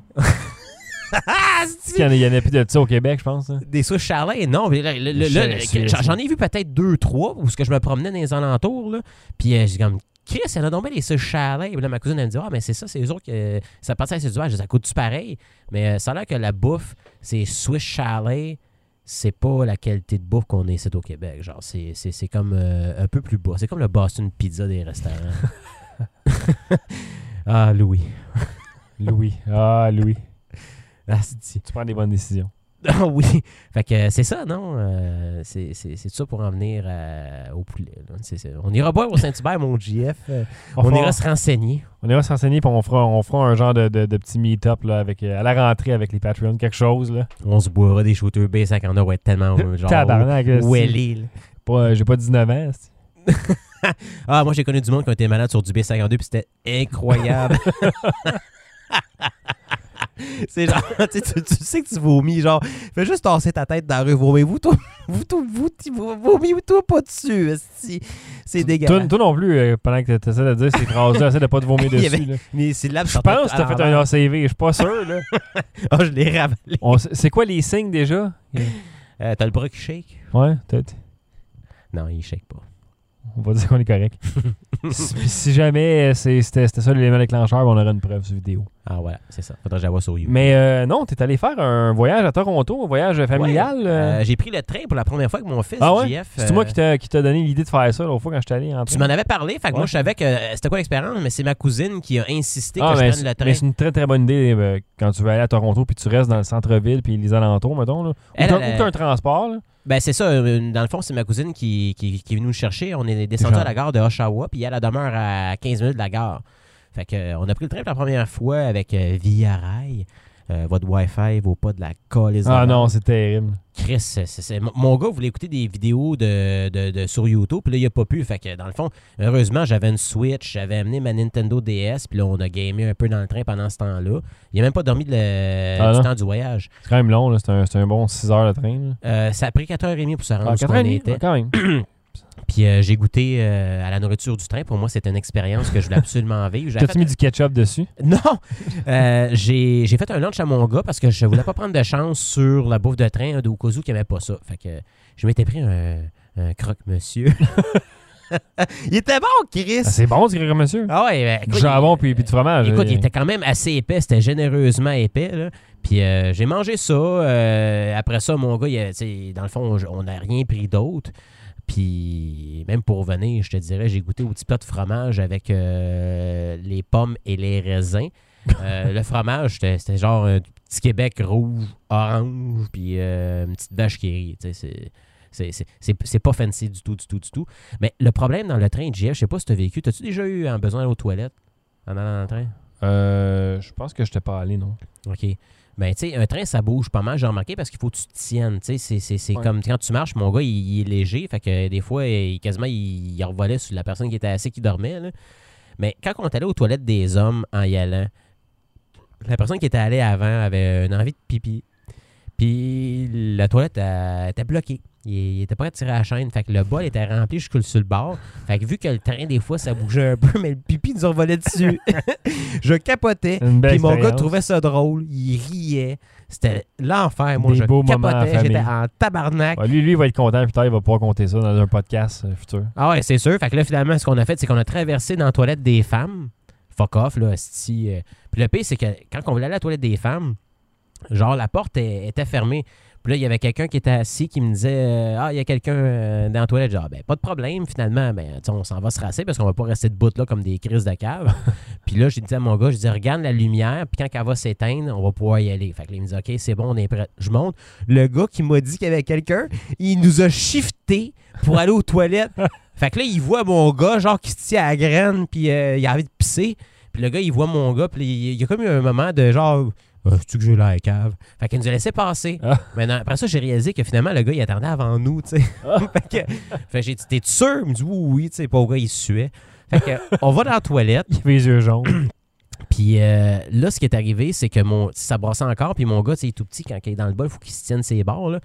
S5: Ah,
S4: Il y en a- il y en a plus de ça au Québec, je pense. hein.
S5: Des Swiss Chalet, non. mais là, là, là,
S4: Chalet
S5: là, que-
S4: suisse.
S5: j'en- J'en ai vu peut-être deux, trois, où ce que je me promenais dans les alentours, là, puis euh, j'ai comme, Chris, il y en a donc bien des Swiss Chalet. Et là, ma cousine, elle me dit, ah, mais c'est ça, c'est eux autres, que ça appartient à Saint-Hubert. Je dis, ça coûte-tu pareil? Mais euh, ça a l'air que la bouffe, c'est Swiss Chalet. C'est pas la qualité de bouffe qu'on essaie au Québec. Genre, c'est c'est- c'est comme euh, un peu plus bas. C'est comme le Boston Pizza des restaurants. ah, Louis.
S4: Louis. Ah, Louis.
S5: Ah, c'est-
S4: Tu prends des bonnes décisions.
S5: Ah oui. Fait que euh, c'est ça, non? Euh, c'est c'est- c'est ça pour en venir euh, au poulet. là. C'est ça. On ira boire au Saint-Hubert, mon GF. Euh,
S4: On,
S5: on
S4: fera-
S5: ira se renseigner.
S4: on ira s'enseigner puis on fera, on fera un genre de, de- de petit meet-up là, avec, euh, à la rentrée avec les Patreons, quelque chose. Là.
S5: On se boira des shooters B, ça qu'on a, ouais, tellement euh, genre.
S4: Tabarnak. là,
S5: Où
S4: si-
S5: elle est, là.
S4: pas- euh, J'ai pas 19 ans. si.
S5: Ah, moi, j'ai connu du monde qui ont été malades sur du B52, puis c'était incroyable. C'est genre, tu, sais, tu- tu sais que tu vomis, genre, fais juste tasser ta tête dans la rue, vomez-vous, toi, vous, toi, vous, vous, toi pas dessus, esti. c'est
S4: Toi,
S5: dégueulasse.
S4: toi non plus, euh, pendant que tu essaies de dire ces phrases-là, essaie de pas te vomir
S5: Il y
S4: dessus.
S5: avait-
S4: là.
S5: Mes syllabes
S4: Je pense que t'as fait un ACV, je suis pas sûr. là.
S5: Ah, je l'ai ravalé.
S4: On s- C'est quoi les signes déjà?
S5: Euh, T'as le bras qui shake?
S4: Ouais, peut-être.
S5: Non, il shake pas.
S4: On va dire qu'on est correct. si, si jamais euh, c'est- c'était c'était ça l'élément déclencheur, ben, on aurait une preuve sur vidéo.
S5: Ah, voilà, c'est ça. Faudrait que j'avoue sur YouTube.
S4: Mais euh, non, t'es allé faire un voyage à Toronto, un voyage familial. euh.
S5: J'ai pris le train pour la première fois avec mon fils,
S4: Ah ouais?
S5: JF.
S4: C'est
S5: euh,
S4: moi qui t'a qui t'a donné l'idée de faire ça l'autre fois quand je suis allé en
S5: Tu
S4: train.
S5: m'en avais parlé, fait que moi
S4: Ouais.
S5: je savais que euh, c'était quoi l'expérience, mais c'est ma cousine qui a insisté
S4: Ah,
S5: que
S4: mais
S5: je
S4: c'est-
S5: prenne le train.
S4: mais c'est une très très bonne idée euh, quand tu veux aller à Toronto puis tu restes dans le centre-ville puis les alentours, mettons. Là. Ou
S5: Elle,
S4: t'as-
S5: elle,
S4: ou t'as un transport. là.
S5: Ben c'est ça, euh, dans le fond, c'est ma cousine qui, qui, qui est venue nous chercher. On est descendu
S4: Genre.
S5: à la gare de Oshawa, puis elle la demeure à 15 minutes de la gare. Fait que euh, on a pris le train pour la première fois avec euh, Via Rail. Euh, votre Wi-Fi vaut pas de la colise.
S4: Ah
S5: de
S4: non, c'est terrible.
S5: Chris, c'est- c'est- mon- mon gars voulait écouter des vidéos de, de- de- sur YouTube, puis là, il a pas pu. Fait que, dans le fond, heureusement, j'avais une Switch, j'avais amené ma Nintendo DS, puis là, on a gamé un peu dans le train pendant ce temps-là. Il a même pas dormi de le-
S4: Ah
S5: du
S4: non?
S5: temps du voyage.
S4: C'est quand même long, là. c'est un, c'est un bon 6 heures de train. là.
S5: Euh, ça a pris 4h30 pour se rendre
S4: Ah,
S5: où ce
S4: quatre heures
S5: qu'on
S4: et demie,
S5: était.
S4: ouais, quand même.
S5: Puis euh, j'ai goûté euh, à la nourriture du train. Pour moi, c'était une expérience que je voulais absolument vivre. J'avais
S4: T'as-tu mis du ketchup dessus?
S5: Non! Euh, j'ai j'ai fait un lunch à mon gars parce que je voulais pas prendre de chance sur la bouffe de train de Okazu qui aimait pas ça. Fait que je m'étais pris un, un croque-monsieur. il était bon, Chris!
S4: Ah, c'est bon, ce que monsieur.
S5: Ah ouais, ben,
S4: Du
S5: écoute,
S4: jambon
S5: il-
S4: puis, puis du fromage.
S5: Écoute, il
S4: Euh,
S5: était quand même assez épais, c'était généreusement épais. là. Puis euh, j'ai mangé ça. euh, après ça, mon gars, il a- tu sais, dans le fond, on- on n'a rien pris d'autre. Puis même pour venir, je te dirais, j'ai goûté au petit plat de fromage avec euh, les pommes et les raisins. Euh, le fromage, c'était c'était genre un petit Québec rouge, orange, puis euh, une petite vache qui rit. tu sais, c'est- c'est- c'est- C'est c'est pas fancy du tout, du tout, du tout. Mais le problème dans le train, JF, je sais pas si tu as vécu, as-tu déjà eu un besoin d'aller aux toilettes en allant dans le train?
S4: Euh, je pense que je t'ai pas allé, non.
S5: OK. Ben, tu sais, un train, ça bouge pas mal, j'ai remarqué, parce qu'il faut que tu te tiennes. Tu sais, c'est- c'est c'est
S4: Ouais.
S5: comme quand tu marches, mon gars, il, il est léger. Fait que des fois, il, quasiment, il, il revolait sur la personne qui était assise, qui dormait. là. Mais quand on est allé aux toilettes des hommes en y allant, la personne qui était allée avant avait une envie de pipi. Puis la toilette elle était bloquée. Il, il était pas à tirer à la chaîne. Fait que le bol était rempli jusque sur le bord. Fait que vu que le train, des fois, ça bougeait un peu, mais le pipi nous envolait dessus. je capotais.
S4: Une belle
S5: Puis mon gars
S4: expérience.
S5: trouvait ça drôle, il riait. C'était l'enfer. Moi,
S4: Des
S5: je
S4: beaux moments en
S5: capotais,
S4: famille.
S5: j'étais en tabarnak.
S4: Ouais, lui, lui, il va être content plus tard, il va pouvoir compter ça dans un podcast euh, futur.
S5: Ah ouais, c'est sûr. Fait que là, finalement, ce qu'on a fait, c'est qu'on a traversé dans la toilette des euh. femmes. Fuck off, là, si. Puis le pire, c'est que quand on voulait aller à la toilette des femmes, Genre, la porte est- était fermée. Puis là, il y avait quelqu'un qui était assis qui me disait euh, Ah, il y a quelqu'un euh, dans la toilette. Genre, ben, pas de problème, finalement. Ben, tu sais, on s'en va se rasser parce qu'on va pas rester debout là comme des crises de cave. puis là, j'ai dit à mon gars Je dis, regarde la lumière, puis quand elle va s'éteindre, on va pouvoir y aller. Fait que là, il me dit Ok, c'est bon, on est prêt. Je monte. Le gars qui m'a dit qu'il y avait quelqu'un, il nous a shifté pour aller aux toilettes. Fait que là, il voit mon gars, genre, qui se tient à la graine, puis euh, il a envie de pisser. Puis le gars, il voit mon gars, puis il, il y a comme eu un moment de genre. Ah, tu que j'ai la cave? Fait qu'il nous a laissé passer.
S4: Ah.
S5: Mais non, après ça, j'ai réalisé que finalement, le gars, il attendait avant nous, tu sais. fait que, fait que j'ai dit, t'es sûr? Il me dit, oui, oui, tu sais, pauvre gars, il suait. Fait que, on va dans la toilette.
S4: Il avait les yeux jaunes.
S5: Puis euh, là, ce qui est arrivé, c'est que mon, ça brassait encore. Puis mon gars, tu sais, il est tout petit, quand il est dans le bol, il faut qu'il se tienne ses bords. Là.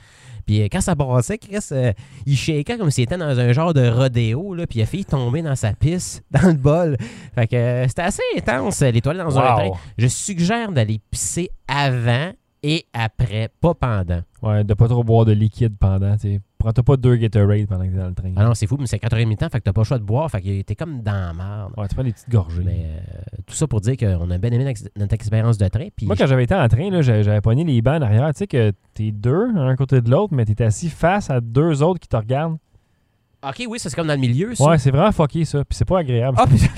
S5: Puis euh, quand ça brassait, Chris, euh, il shakeait comme s'il était dans un genre de rodéo. Là, puis il a failli tomber dans sa pisse, dans le bol. Fait que euh, c'était assez intense, euh, les toilettes dans un train.
S4: Wow.
S5: Je suggère d'aller pisser avant et après, pas pendant.
S4: Ouais, de pas trop boire de liquide pendant. tu sais. Prends-toi pas deux Gatorade pendant que t'es dans le train.
S5: Ah non, c'est fou, mais c'est 4h30 de temps, fait que t'as pas le choix de boire. Fait que t'es comme dans la merde.
S4: Ouais, tu prends des petites gorgées.
S5: Mais euh, tout ça pour dire qu'on a bien aimé notre- notre expérience de train. Puis
S4: Moi, quand j'avais été en train, là, j'avais j'avais pogné les bancs en arrière. Tu sais que t'es deux, à un côté de l'autre, mais t'es assis face à deux autres qui te regardent.
S5: OK, oui, ça c'est comme dans le milieu. ça.
S4: Ouais, c'est vraiment fucké, ça. Puis c'est pas agréable.
S5: Ah, puis je,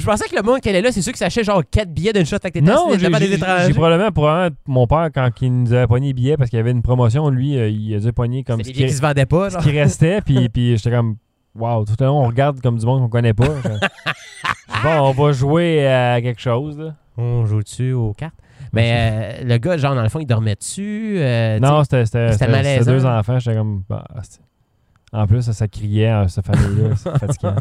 S5: je pensais que le monde qui allait là, c'est ceux qui s'achètent genre 4 billets d'une shot avec tes
S4: non, j'ai
S5: des
S4: j'ai- j'ai
S5: étrangers.
S4: probablement, probablement, mon père, quand il nous avait pogné les billets parce qu'il y avait une promotion, lui, euh, il a dû pogner comme
S5: C'est
S4: ce
S5: des
S4: qui,
S5: billets qui se vendaient pas.
S4: ce qui restait. Puis, puis j'étais comme, waouh, tout le long, on regarde comme du monde qu'on connaît pas. bon, on va jouer à quelque chose. là.
S5: On joue dessus aux cartes. Mais euh, le gars, genre, dans le fond, il dormait dessus. euh,
S4: Non, c'était
S5: c'était
S4: c'était- c'était- c'était
S5: malaisant.
S4: deux enfants. J'étais comme. bah, hostie. en plus, ça, ça criait, euh, cette famille-là. C'est fatigant.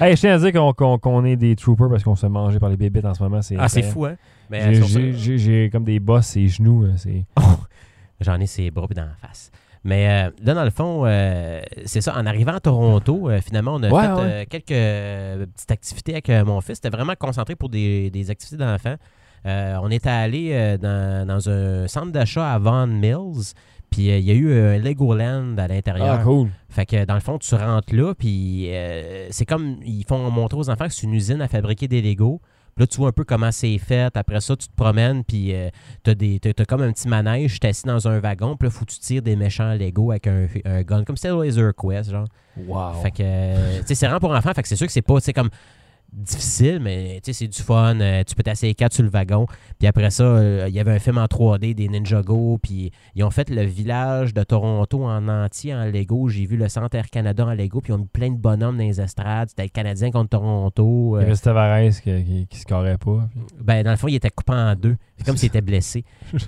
S4: Hey, je tiens à dire qu'on qu'on- qu'on est des troopers parce qu'on se fait manger par les bébites en ce moment.
S5: tu sais. Ah, c'est fou, hein? Mais, euh,
S4: J'ai-
S5: ils sont-
S4: j'ai- J'ai j'ai comme des bosses et genoux. euh, c'est-
S5: J'en ai ses bras pis dans la face. Mais euh, là, dans le fond, euh, c'est ça. En arrivant à Toronto, euh, finalement, on a
S4: Ouais,
S5: fait
S4: ouais.
S5: euh, quelques euh, petites activités avec euh, mon fils. C'était vraiment concentré pour des, des activités d'enfants. Euh, on était allé euh, dans, dans un centre d'achat à Van Mills. Puis euh, il y a eu un Legoland à l'intérieur.
S4: Ah, cool.
S5: Fait que dans le fond, tu rentres là, puis euh, c'est comme ils font montrer aux enfants que c'est une usine à fabriquer des Legos. Puis là, tu vois un peu comment c'est fait. Après ça, tu te promènes, puis euh, t'as des- t'as t'as comme un petit manège, t'es assis dans un wagon, puis là, faut que tu tires des méchants Lego avec un, un gun, comme c'était dans Laser Quest, genre.
S4: Wow.
S5: Fait que, euh, tu sais, c'est vraiment pour enfants, fait que c'est sûr que c'est pas, tu sais, comme difficile, mais tu sais, c'est du fun. euh, tu peux t'asseoir quatre sur le wagon. Puis après ça, euh, il y avait un film en 3D des Ninjago. Puis ils ont fait le village de Toronto en entier en Lego. J'ai vu le Centre Air Canada en Lego. Puis ils ont mis plein de bonhommes dans les estrades. C'était le Canadien contre Toronto.
S4: Il y
S5: euh,
S4: avait Tavares qui, qui, qui se carrait pas.
S5: ben, dans le fond, il était coupé en deux. C'est comme s'il était blessé.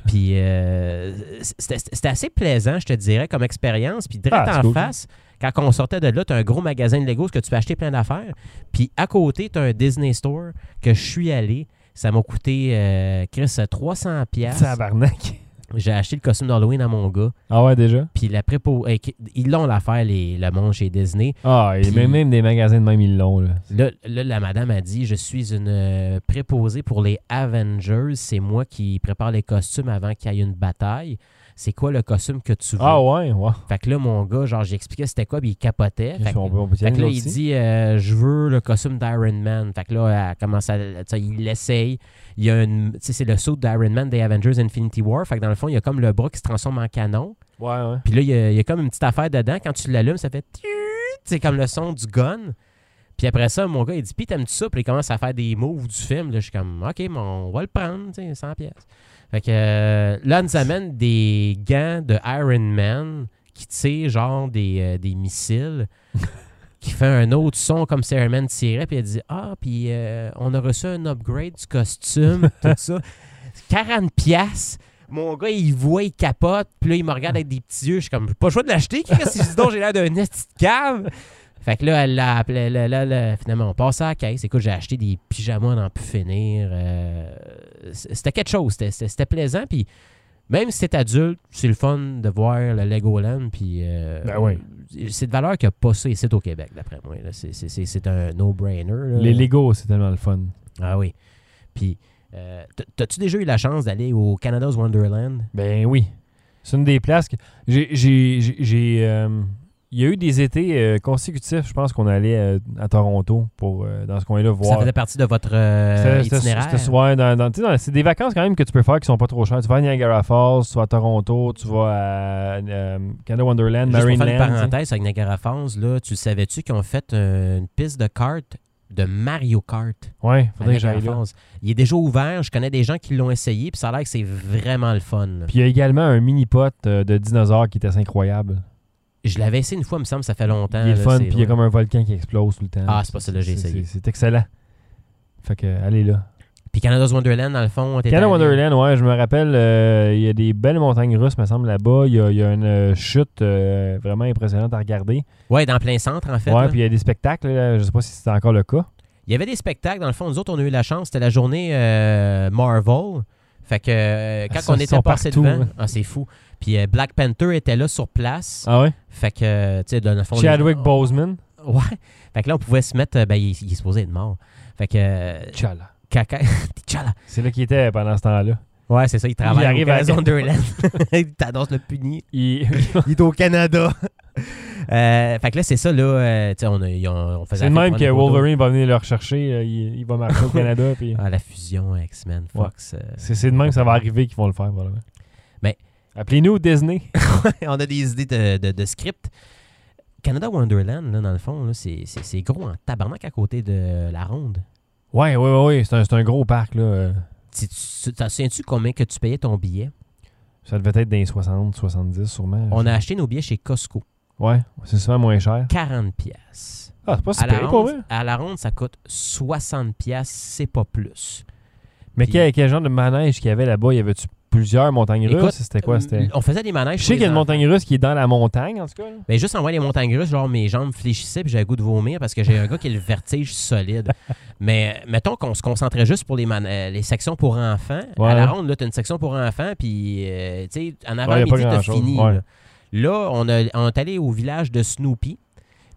S5: Puis euh, c'était c'était assez plaisant, je te dirais, comme expérience. Puis direct
S4: Ah, c'est
S5: en
S4: cool.
S5: face, quand on sortait de là, tu as un gros magasin de Lego, ce que tu peux acheter plein d'affaires. Puis à côté, tu as un Disney Store que je suis allé. Ça m'a coûté, euh, Chris, 300$. piastres.
S4: Tabarnak.
S5: J'ai acheté le costume d'Halloween à mon gars.
S4: Ah ouais, déjà?
S5: Puis la prépo... eh, Ils l'ont l'affaire, les... le monde chez Disney.
S4: Ah, et
S5: Puis-
S4: même, même des magasins de même, ils l'ont. là.
S5: Là, là, la madame a dit Je suis une euh, préposée pour les Avengers. C'est moi qui prépare les costumes avant qu'il y ait une bataille. C'est quoi le costume que tu veux
S4: Ah ouais, wow.
S5: Fait que là, mon gars, genre, j'expliquais c'était quoi, puis il capotait. Fait
S4: Qu'est-ce
S5: que,
S4: qu'on peut- on peut y
S5: fait
S4: aller,
S5: que là,
S4: nous
S5: il
S4: aussi?
S5: dit euh, Je veux le costume d'Iron Man. Fait que là, elle commence à. tu sais, Il l'essaye. Il y a une. Tu sais, c'est le saut d'Iron Man des Avengers Infinity War. Fait que dans le fond, il y a comme le bras qui se transforme en canon.
S4: Ouais, ouais.
S5: Puis là, il y, a- il y a comme une petite affaire dedans. Quand tu l'allumes, ça fait tiut c'est comme le son du gun. Puis après ça, mon gars, il dit, puis t'aimes-tu ça? Puis il commence à faire des moves du film. Là, je suis comme, OK, mais on va le prendre, tu sais, 100 pièces. Fait que euh, là, on nous amène des gants de Iron Man qui tirent genre des, euh, des missiles, qui fait un autre son comme si Iron Man tirait. Puis il dit, ah, puis euh, on a reçu un upgrade du costume, tout ça. 40 pièces. Mon gars, il voit, il capote. Puis là, il me regarde avec des petits yeux. Je suis comme, pas le choix de l'acheter. Qu'est-ce que c'est? donc, j'ai l'air d'un esti de cave. Fait que là, elle l'a appelé. Là, là, là, finalement, on passe à la caisse. Écoute, j'ai acheté des pyjamas d'en plus finir. Euh, c- c'était quelque chose. C'était- C'était c'était plaisant. Puis même si c'est adulte, c'est le fun de voir le Legoland. Puis euh,
S4: Ben oui.
S5: c'est de valeur qu'il n'y a pas ça ici au Québec, d'après moi. là. C'est- c'est- C'est c'est un no-brainer. là.
S4: Les Legos, c'est tellement le fun.
S5: Ah oui. Puis, euh, t- t'as-tu déjà eu la chance d'aller au Canada's Wonderland?
S4: Ben oui. C'est une des places que. J'ai. j'ai- j'ai- j'ai, euh, Il y a eu des étés euh, consécutifs, je pense qu'on allait euh, à Toronto pour euh, dans ce coin-là
S5: Ça
S4: voir.
S5: faisait partie de votre euh,
S4: C'était- c'était-
S5: itinéraire.
S4: c'était souvent dans- dans- tu sais, dans- c'est des vacances quand même que tu peux faire qui sont pas trop chères. Tu vas à Niagara Falls, tu vas à Toronto, tu vas à euh, Canada Wonderland,
S5: Juste pour faire une
S4: Marineland. tu sais.
S5: parenthèse avec Niagara Falls, là, tu savais-tu qu'ils ont fait euh, une piste de kart de Mario Kart
S4: Ouais,
S5: à
S4: faudrait que
S5: Niagara
S4: j'aille là.
S5: Falls? Il est déjà ouvert, je connais des gens qui l'ont essayé, puis ça a l'air que c'est vraiment le fun. là.
S4: Puis il y a également un mini pot de dinosaures qui était assez incroyable.
S5: Je l'avais essayé une fois, me semble, ça fait longtemps.
S4: il est le
S5: là,
S4: fun,
S5: c'est-
S4: puis il y a
S5: ouais.
S4: comme un volcan qui explose tout le temps.
S5: Ah, c'est pas ça, là, j'ai
S4: C'est-
S5: essayé.
S4: c'est- C'est excellent. Fait que, euh, allez là.
S5: Puis Canada's Wonderland, dans le fond, t'étais
S4: Canada
S5: allé- hein?
S4: Wonderland, ouais, je me rappelle, euh, il y a des belles montagnes russes, me semble, là-bas. Il y a, il y a une euh, chute euh, vraiment impressionnante à regarder.
S5: Ouais, dans plein centre, en fait.
S4: ouais,
S5: là.
S4: puis il y a des spectacles, là, je sais pas si c'est encore le cas.
S5: Il y avait des spectacles, dans le fond, nous autres, on a eu la chance, c'était la journée euh, Marvel. Fait que euh, quand
S4: Ah, ça,
S5: on
S4: ils
S5: était
S4: sont
S5: passé
S4: partout,
S5: devant,
S4: ouais.
S5: ah, c'est fou. Puis euh, Black Panther était là sur place.
S4: Ah ouais?
S5: Fait que, euh, tu sais, dans le fond. les- Euh,
S4: Chadwick Boseman.
S5: Ouais. Fait que là, on pouvait se mettre. euh, Ben, il, est- il est supposé être mort. Fait que. euh,
S4: Tchala.
S5: caca. T'chala.
S4: C'est là qu'il était pendant ce temps-là.
S5: Ouais, c'est ça, il travaille.
S4: Il arrive
S5: au
S4: à-
S5: Canada Wonderland. il t'annonce le puni.
S4: Il-
S5: Il est au Canada. Euh, fait que là, c'est ça, là. euh, tu sais, on, a- ils ont- on faisait
S4: c'est le
S5: la fête
S4: même
S5: pour prendre
S4: que
S5: des photos.
S4: Wolverine va venir le rechercher. euh, il, il va marcher au Canada. Puis...
S5: Ah, la fusion euh, X-Men,
S4: Ouais.
S5: Fox. euh,
S4: C'est, c'est de même que ça va arriver qu'ils vont le faire, probablement.
S5: Mais-
S4: Appelez-nous Disney.
S5: on a des idées de, de, de script. Canada Wonderland, là, dans le fond, là, c'est, c'est- c'est gros en tabarnak à côté de la ronde.
S4: Ouais, ouais, ouais, ouais, C'est un, c'est un gros parc, là. euh,
S5: Tu- tu- T'en souviens-tu combien que tu payais ton billet?
S4: Ça devait être dans les 60, 70, sûrement.
S5: On a acheté nos billets chez Costco.
S4: Ouais, c'est souvent moins cher.
S5: 40 pièces.
S4: Ah, c'est pas
S5: À
S4: si
S5: la,
S4: payé, pour vrai.
S5: ronde, à la ronde, ça coûte 60 pièces, c'est pas plus.
S4: Mais
S5: Puis-
S4: quel, quel genre de manège qu'il y avait là-bas? Il y avait-tu plusieurs montagnes
S5: Écoute, euh,
S4: russes? C'était quoi? C'était...
S5: On faisait des manèges.
S4: Je sais
S5: pour
S4: qu'il y a
S5: les
S4: une
S5: enfants.
S4: montagne russe qui est dans la montagne, en tout cas. là.
S5: Mais juste en voyant les montagnes russes, genre mes jambes fléchissaient puis j'avais le goût de vomir parce que j'ai un gars qui a le vertige solide. Mais euh, mettons qu'on se concentrait juste pour les, man- euh, les sections pour enfants. À
S4: Ouais.
S5: la ronde, là, t'as une section pour enfants, puis euh, tu sais, en
S4: y a
S5: avant-midi,
S4: pas
S5: t'as
S4: grand-chose,
S5: fini.
S4: ouais.
S5: Là, Là, on, a- on est allé au village de Snoopy.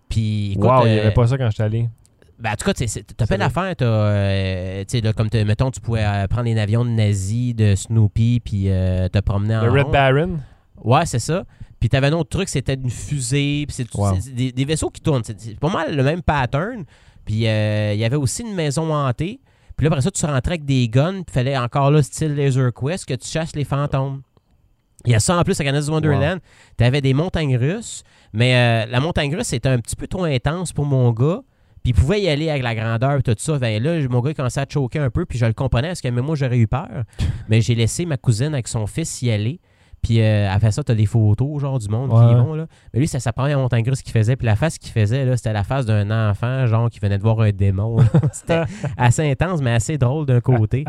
S5: Puis, écoute,
S4: wow, il n'y
S5: euh,
S4: avait pas ça quand j'étais allé.
S5: ben, en tout cas, t'sais, c'est- t'as
S4: Ça
S5: plein
S4: doit-
S5: d'affaires. t'as, euh, t'sais, là, comme, t'as- mettons, tu pouvais euh, prendre les avions de nazis, de Snoopy, puis euh, te promener en
S4: Le Red
S5: rond.
S4: Baron.
S5: Ouais, c'est ça. Puis t'avais un autre truc, c'était une fusée. Puis c'est
S4: Wow.
S5: c'est- c'est des, des vaisseaux qui tournent. C'est c'est pas mal le même pattern. Puis euh, il y avait aussi une maison hantée. Puis là, après ça, tu rentrais avec des guns. Puis fallait encore là, style Laser Quest, que tu chasses les fantômes. Il y a ça en plus à Canada's Wonderland. T'avais des montagnes russes. Mais euh, la montagne russe, c'était un petit peu trop intense pour mon gars. Puis il pouvait y aller avec la grandeur et tout ça. Ben là, mon gars il commençait à choquer un peu, puis je le comprenais parce que même moi, j'aurais eu peur. Mais j'ai laissé ma cousine avec son fils y aller. Puis euh, après ça, t'as des photos, genre, du monde qui y
S4: Ouais.
S5: vont, là. Mais lui, c'est sa première montagne russe qu'il faisait. Puis la face qu'il faisait, là, c'était la face d'un enfant, genre, qui venait de voir un démon. là. c'était assez intense, mais assez drôle d'un côté.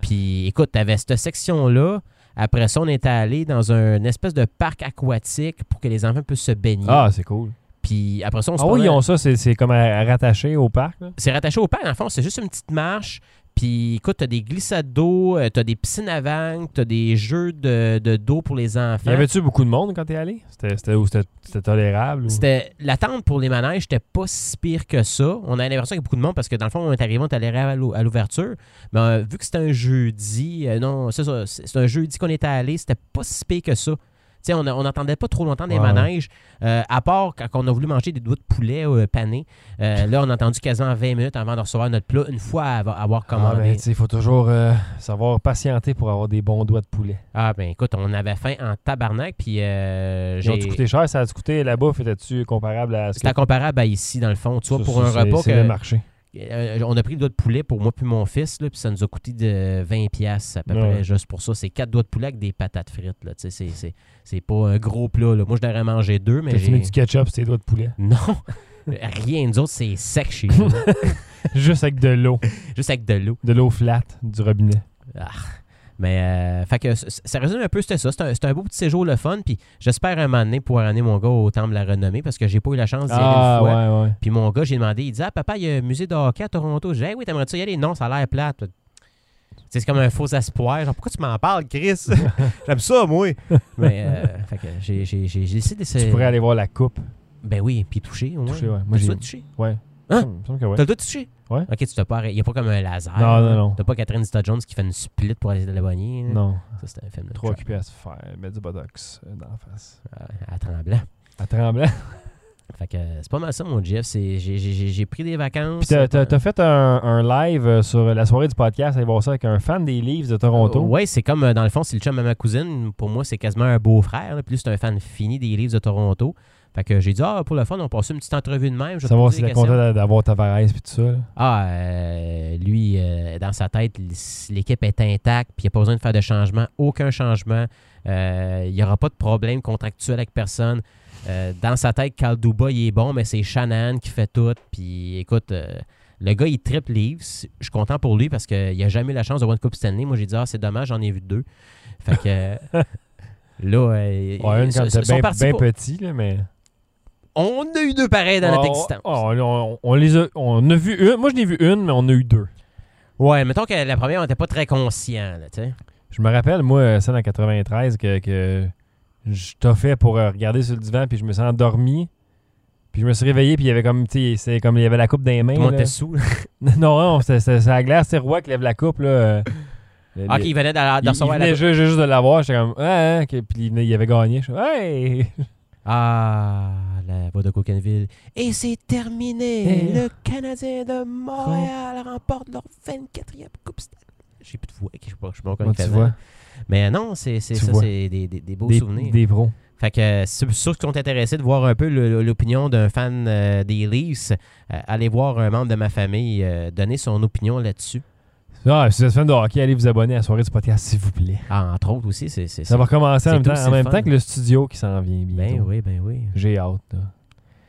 S5: Puis écoute, t'avais cette section-là. Après ça, on était allé dans un une espèce de parc aquatique pour que les enfants puissent se baigner.
S4: Ah, c'est cool.
S5: Puis après ça, on se
S4: Ah oui,
S5: promenait-
S4: ils ont ça. C'est, c'est comme à, à rattacher au parc. là.
S5: c'est rattaché au parc, en fond. C'est juste une petite marche. Puis, écoute, t'as des glissades d'eau, euh, t'as des piscines à vagues, t'as des jeux de, de dos pour les
S4: Y
S5: enfants.
S4: avait-tu beaucoup de monde quand t'es allé? C'était, c'était, ou c'était, c'était tolérable? ou-
S5: C'était l'attente pour les manèges, c'était pas si pire que ça. On a l'impression qu'il y a beaucoup de monde parce que dans le fond, on est arrivé, on est allé à l'ou- à l'ouverture. Mais euh, vu que c'était un jeudi, euh, non, c'est ça, c'est c'est un jeudi qu'on était allé, c'était pas si pire que ça. Tu sais, on a- on n'attendait pas trop longtemps des
S4: Ouais.
S5: manèges, euh, à part quand on a voulu manger des doigts de poulet euh, panés. Euh, là, on a attendu quasiment 20 minutes avant de recevoir notre plat, une fois av- avoir
S4: Ah, ben,
S5: commandé.
S4: tu sais, faut toujours euh, savoir patienter pour avoir des bons doigts de poulet.
S5: Ah ben écoute, on avait faim en tabarnak, puis euh,
S4: Ils
S5: j'ai...
S4: ont-tu coûté cher? Ça a-tu coûté la bouffe? Était-tu comparable à ce que...
S5: C'était comparable à ici, dans le fond. Tu vois,
S4: Ça,
S5: pour
S4: ça,
S5: un
S4: c'est-
S5: repas
S4: c'est
S5: que-
S4: le marché.
S5: euh, on a pris le doigt de poulet pour moi puis mon fils, là, puis ça nous a coûté de 20 pièces à peu
S4: Ouais.
S5: près juste pour ça. C'est quatre doigts de poulet avec des patates frites. Là. Tu sais, C'est, c'est, c'est pas un gros plat. Là. Moi, je devrais manger deux, mais
S4: T'as-tu
S5: j'ai...
S4: mis du ketchup sur tes doigts de poulet?
S5: Non, rien d'autre, c'est sec chez nous.
S4: Juste avec de l'eau.
S5: juste avec de l'eau.
S4: De l'eau flat du robinet.
S5: Mais euh, fait que c- c- ça résume un peu, c'était ça. C'est un, c'est un beau petit séjour, le fun. Puis j'espère un moment donné pouvoir amener mon gars au Temple de la Renommée parce que j'ai pas eu la chance d'y aller une fois.
S4: Ah, ouais, ouais.
S5: Puis mon gars, j'ai demandé, il dit Ah, papa, il y a un musée de hockey à Toronto. J'ai dit, hey, oui, t'aimerais-tu y aller Non, ça a l'air plate. Tu sais, C'est comme un faux espoir. Genre, pourquoi tu m'en parles, Chris J'aime ça, moi. Mais, euh, fait que j'ai- j'ai j'ai- j'ai décidé de. se-
S4: Tu pourrais aller voir la coupe.
S5: Ben oui, puis toucher, au moins.
S4: Toucher, ouais. Moi,
S5: T'as le
S4: j'ai-
S5: droit de toucher.
S4: Ouais.
S5: Hein?
S4: Il me semble que ouais.
S5: T'as le droit de toucher
S4: Ouais.
S5: Ok, tu t'as pas. arrêté. Il n'y a pas comme un laser. hein?
S4: Non, non, non.
S5: T'as pas Catherine Zeta Jones qui fait une split pour aller de la bonnie. là.
S4: Non.
S5: Ça, c'était un film de
S4: Trop
S5: trap.
S4: occupé à se faire mettre du botox euh, dans la face.
S5: Ouais, à tremblant.
S4: À tremblant.
S5: Fait que euh, c'est pas mal ça, mon Jeff. C'est- J'ai j'ai- j'ai pris des vacances.
S4: Puis t'as, t'as- t'as fait un, un live euh, sur la soirée du podcast, allez voir ça, avec un fan des Leafs de Toronto.
S5: Oui, c'est comme, euh, dans le fond, c'est le chum à ma cousine. Pour moi, c'est quasiment un beau-frère. là. Puis lui, c'est un fan fini des livres de Toronto. Fait que j'ai dit, ah, pour le fun, on passe une petite entrevue de même. Je vais te
S4: Savoir
S5: poser
S4: s'il
S5: des
S4: est
S5: questions.
S4: content d'a- d'avoir Tavares puis tout ça. là.
S5: Ah, euh, lui, euh, dans sa tête, l- l'équipe est intacte, puis il n'y a pas besoin de faire de changement, aucun changement. Euh, Il n'y aura pas de problème contractuel avec personne. Euh, dans sa tête, Calduba, il est bon, mais c'est Shannon qui fait tout. Puis écoute, euh, le gars, il triple Leafs. Je suis content pour lui parce qu'il n'a jamais eu la chance de voir une Coupe Stanley. Moi, j'ai dit, ah, c'est dommage, j'en ai vu deux. Fait que. Là, euh,
S4: Ouais, une
S5: ils
S4: quand
S5: sont-
S4: t'es
S5: sont
S4: bien
S5: partis pour-
S4: petit, là, mais.
S5: On a eu deux pareils dans
S4: Ah,
S5: notre
S4: on-
S5: existence.
S4: ah, on, on- on les a, on a vu une. Moi, je n'ai vu une, mais on a eu deux.
S5: Ouais, mettons que la première, on n'était pas très conscient, là, tu sais.
S4: Je me rappelle, moi, euh, celle en 93 que, que je t'ai fait pour euh, regarder sur le divan, puis je me suis endormi. Puis je me suis réveillé, puis il y avait comme, tu sais, c'est comme il y avait la coupe dans les mains.
S5: Tout le monde
S4: là.
S5: était sous. là.
S4: non, non, c'est c'est- c'est la glace, c'est Roy qui lève la coupe, là. euh, le-
S5: Ah,
S4: le-
S5: ok, il venait d'a- de,
S4: il, il
S5: recevoir la
S4: venait ju- ju- juste de l'avoir, j'étais comme, ah, hein, que- puis il, venait- il avait gagné. Je suis comme, hey!
S5: Ah, la voix de Coquenville. Et c'est terminé.
S4: Et-
S5: Le Canadien de Montréal remporte leur 24e Coupe Stanley. J'ai plus de voix, je sais pas, je sais pas comment
S4: Moi,
S5: il
S4: tu
S5: faisait.
S4: vois,
S5: Mais non, c'est c'est
S4: Tu
S5: ça,
S4: vois.
S5: c'est des, des- des beaux
S4: des,
S5: souvenirs.
S4: des pros.
S5: Fait que euh, ceux ceux qui sont intéressés de voir un peu le- l'opinion d'un fan euh, des Leafs, euh, allez voir un membre de ma famille euh, donner son opinion là-dessus.
S4: Ah, si vous êtes fan de hockey, allez vous abonner à la soirée du podcast, s'il vous plaît.
S5: Ah, entre autres aussi, c'est... c'est-
S4: Ça va recommencer en
S5: c'est
S4: même,
S5: tout,
S4: temps,
S5: c'est
S4: en même
S5: fun.
S4: temps que le studio qui s'en vient bientôt.
S5: Ben oui, ben oui.
S4: J'ai hâte. là.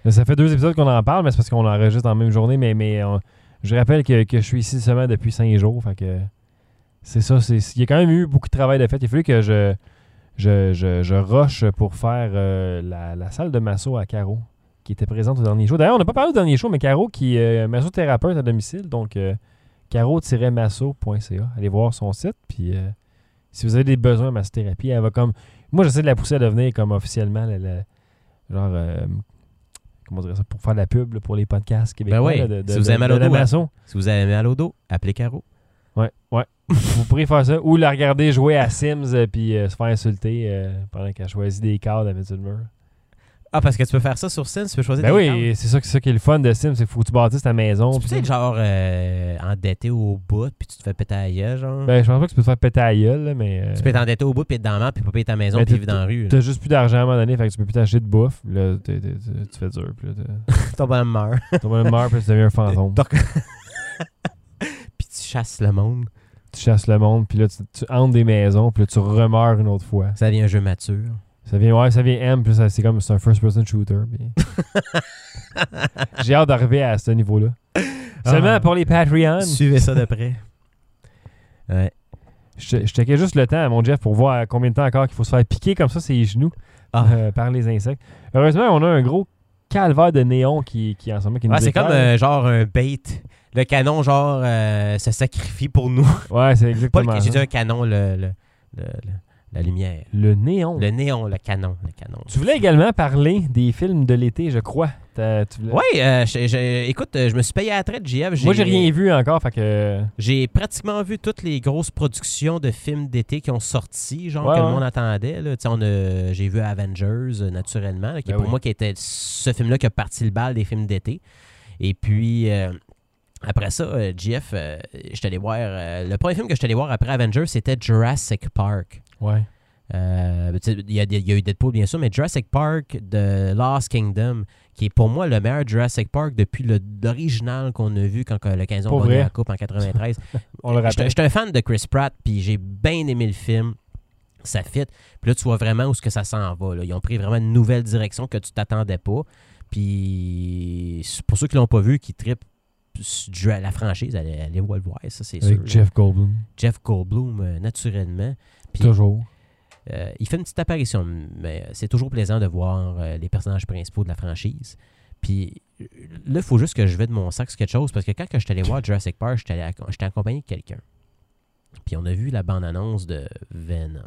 S4: Là, ça fait deux épisodes qu'on en parle, mais c'est parce qu'on enregistre en même journée. Mais, mais on- je rappelle que, que je suis ici seulement depuis cinq jours. Fait que c'est ça. c'est- Il y a quand même eu beaucoup de travail de fait. Il a fallu que je, je, je, je rush pour faire euh, la, la salle de masso à Caro, qui était présente au dernier show. D'ailleurs, on n'a pas parlé au dernier show, mais Caro, qui est euh, massothérapeute à domicile, donc euh, caro-masso.ca. Allez voir son site. Puis euh, si vous avez des besoins en massothérapie, elle va comme. Moi, j'essaie de la pousser à devenir comme officiellement la- la- genre euh, comment dire ça pour faire de la pub là, pour les podcasts québécois
S5: Ben oui,
S4: là, de, de-
S5: si vous hein.
S4: de-
S5: avez mal
S4: de
S5: au
S4: la
S5: dos,
S4: maçon.
S5: Si vous avez mal au dos, appelez Caro.
S4: Ouais, ouais. vous pourrez faire ça ou la regarder jouer à Sims euh, puis euh, se faire insulter euh, pendant qu'elle choisit des cartes à mettre sur le mur.
S5: Ah, parce que tu peux faire ça sur scène, tu peux choisir
S4: Ben
S5: tes
S4: oui,
S5: cartes.
S4: c'est ça, que- ça qui est le fun de Sims, c'est qu'il faut que tu bâtisses ta maison.
S5: Tu
S4: puis
S5: peux être
S4: ça.
S5: genre euh, endetté au bout, puis tu te fais péter à la gueule, genre.
S4: Ben, je pense pas que tu peux te faire péter à la gueule, là, mais euh,
S5: Mm. tu peux être endetté au bout, puis être dans la merde, puis pas payer ta maison,
S4: Mais
S5: puis
S4: t'as-
S5: vivre dans la rue. là.
S4: t'as juste plus d'argent à un moment donné, fait que tu peux plus t'acheter de bouffe. Là, t'es- t'es- t'es- tu fais dur. Puis là, t'es-
S5: Ton bonhomme meurt.
S4: ton bonhomme meurt, puis tu deviens un fantôme.
S5: Donc- puis tu chasses le monde.
S4: tu chasses le monde, puis là, tu, tu hantes des maisons, puis là, tu remeurs une autre fois.
S5: Ça devient un jeu mature.
S4: Ça vient, ouais, ça vient M, puis ça- c'est comme c'est un first-person shooter. puis- J'ai hâte d'arriver à ce niveau-là. Seulement
S5: Ah.
S4: pour les Patreons.
S5: Suivez ça de près. Ouais.
S4: Je, je checkais juste le temps à mon Jeff pour voir combien de temps encore qu'il faut se faire piquer comme ça ses genoux
S5: Ah.
S4: euh, par les insectes. Heureusement, on a un gros calvaire de néon qui, qui en ce moment qui nous
S5: Ouais, c'est
S4: éclaire.
S5: comme euh, genre un bait. Le canon, genre, euh, se sacrifie pour nous.
S4: Ouais, c'est
S5: Pas
S4: exactement
S5: le, j'ai dit
S4: ça.
S5: un canon, le, le- le- le- la lumière.
S4: Le néon.
S5: Le néon, le canon, le canon.
S4: Tu voulais également parler des films de l'été, je crois. T'as- tu voulais-
S5: Oui, écoute, euh, je me suis payé à la traite, JF.
S4: Moi, j'ai rien vu encore, fait que...
S5: J'ai pratiquement vu toutes les grosses productions de films d'été qui ont sorti, genre
S4: Ouais,
S5: que le
S4: ouais.
S5: monde attendait. là. Tu sais, on a- J'ai vu Avengers, euh, naturellement, là, qui
S4: Ben
S5: pour
S4: oui.
S5: moi qui était ce film-là qui a parti le bal des films d'été. Et puis, euh, après ça, euh, JF, euh, je suis allé voir. euh, le premier film que je suis allé voir après Avengers, c'était Jurassic Park.
S4: Ouais.
S5: Euh, tu sais, Il y, a des- il y a eu Deadpool, bien sûr, mais Jurassic Park de Lost Kingdom, qui est pour moi le meilleur Jurassic Park depuis le- l'original qu'on a vu quand euh, le 15 ans
S4: Pour
S5: a gagné
S4: vrai.
S5: la Coupe en 93.
S4: On le
S5: J'étais
S4: rappelle.
S5: j'étais un fan de Chris Pratt, puis j'ai bien aimé le film. Ça fit. Puis là, tu vois vraiment où ce que ça s'en va. là. Ils ont pris vraiment une nouvelle direction que tu t'attendais pas. Puis c'est pour ceux qui l'ont pas vu, qui trippent sur Dra- la franchise, allez, allez voir le voir, ça c'est sûr.
S4: Avec Jeff Goldblum.
S5: Jeff Goldblum, euh, naturellement. Puis-
S4: Toujours.
S5: Euh, il fait une petite apparition, mais c'est toujours plaisant de voir euh, les personnages principaux de la franchise. Puis euh, là, il faut juste que je vais de mon sac sur quelque chose, parce que quand que je suis allé voir Jurassic Park, j'étais allé acc- j'étais accompagné de quelqu'un. Puis on a vu la bande-annonce de Venom,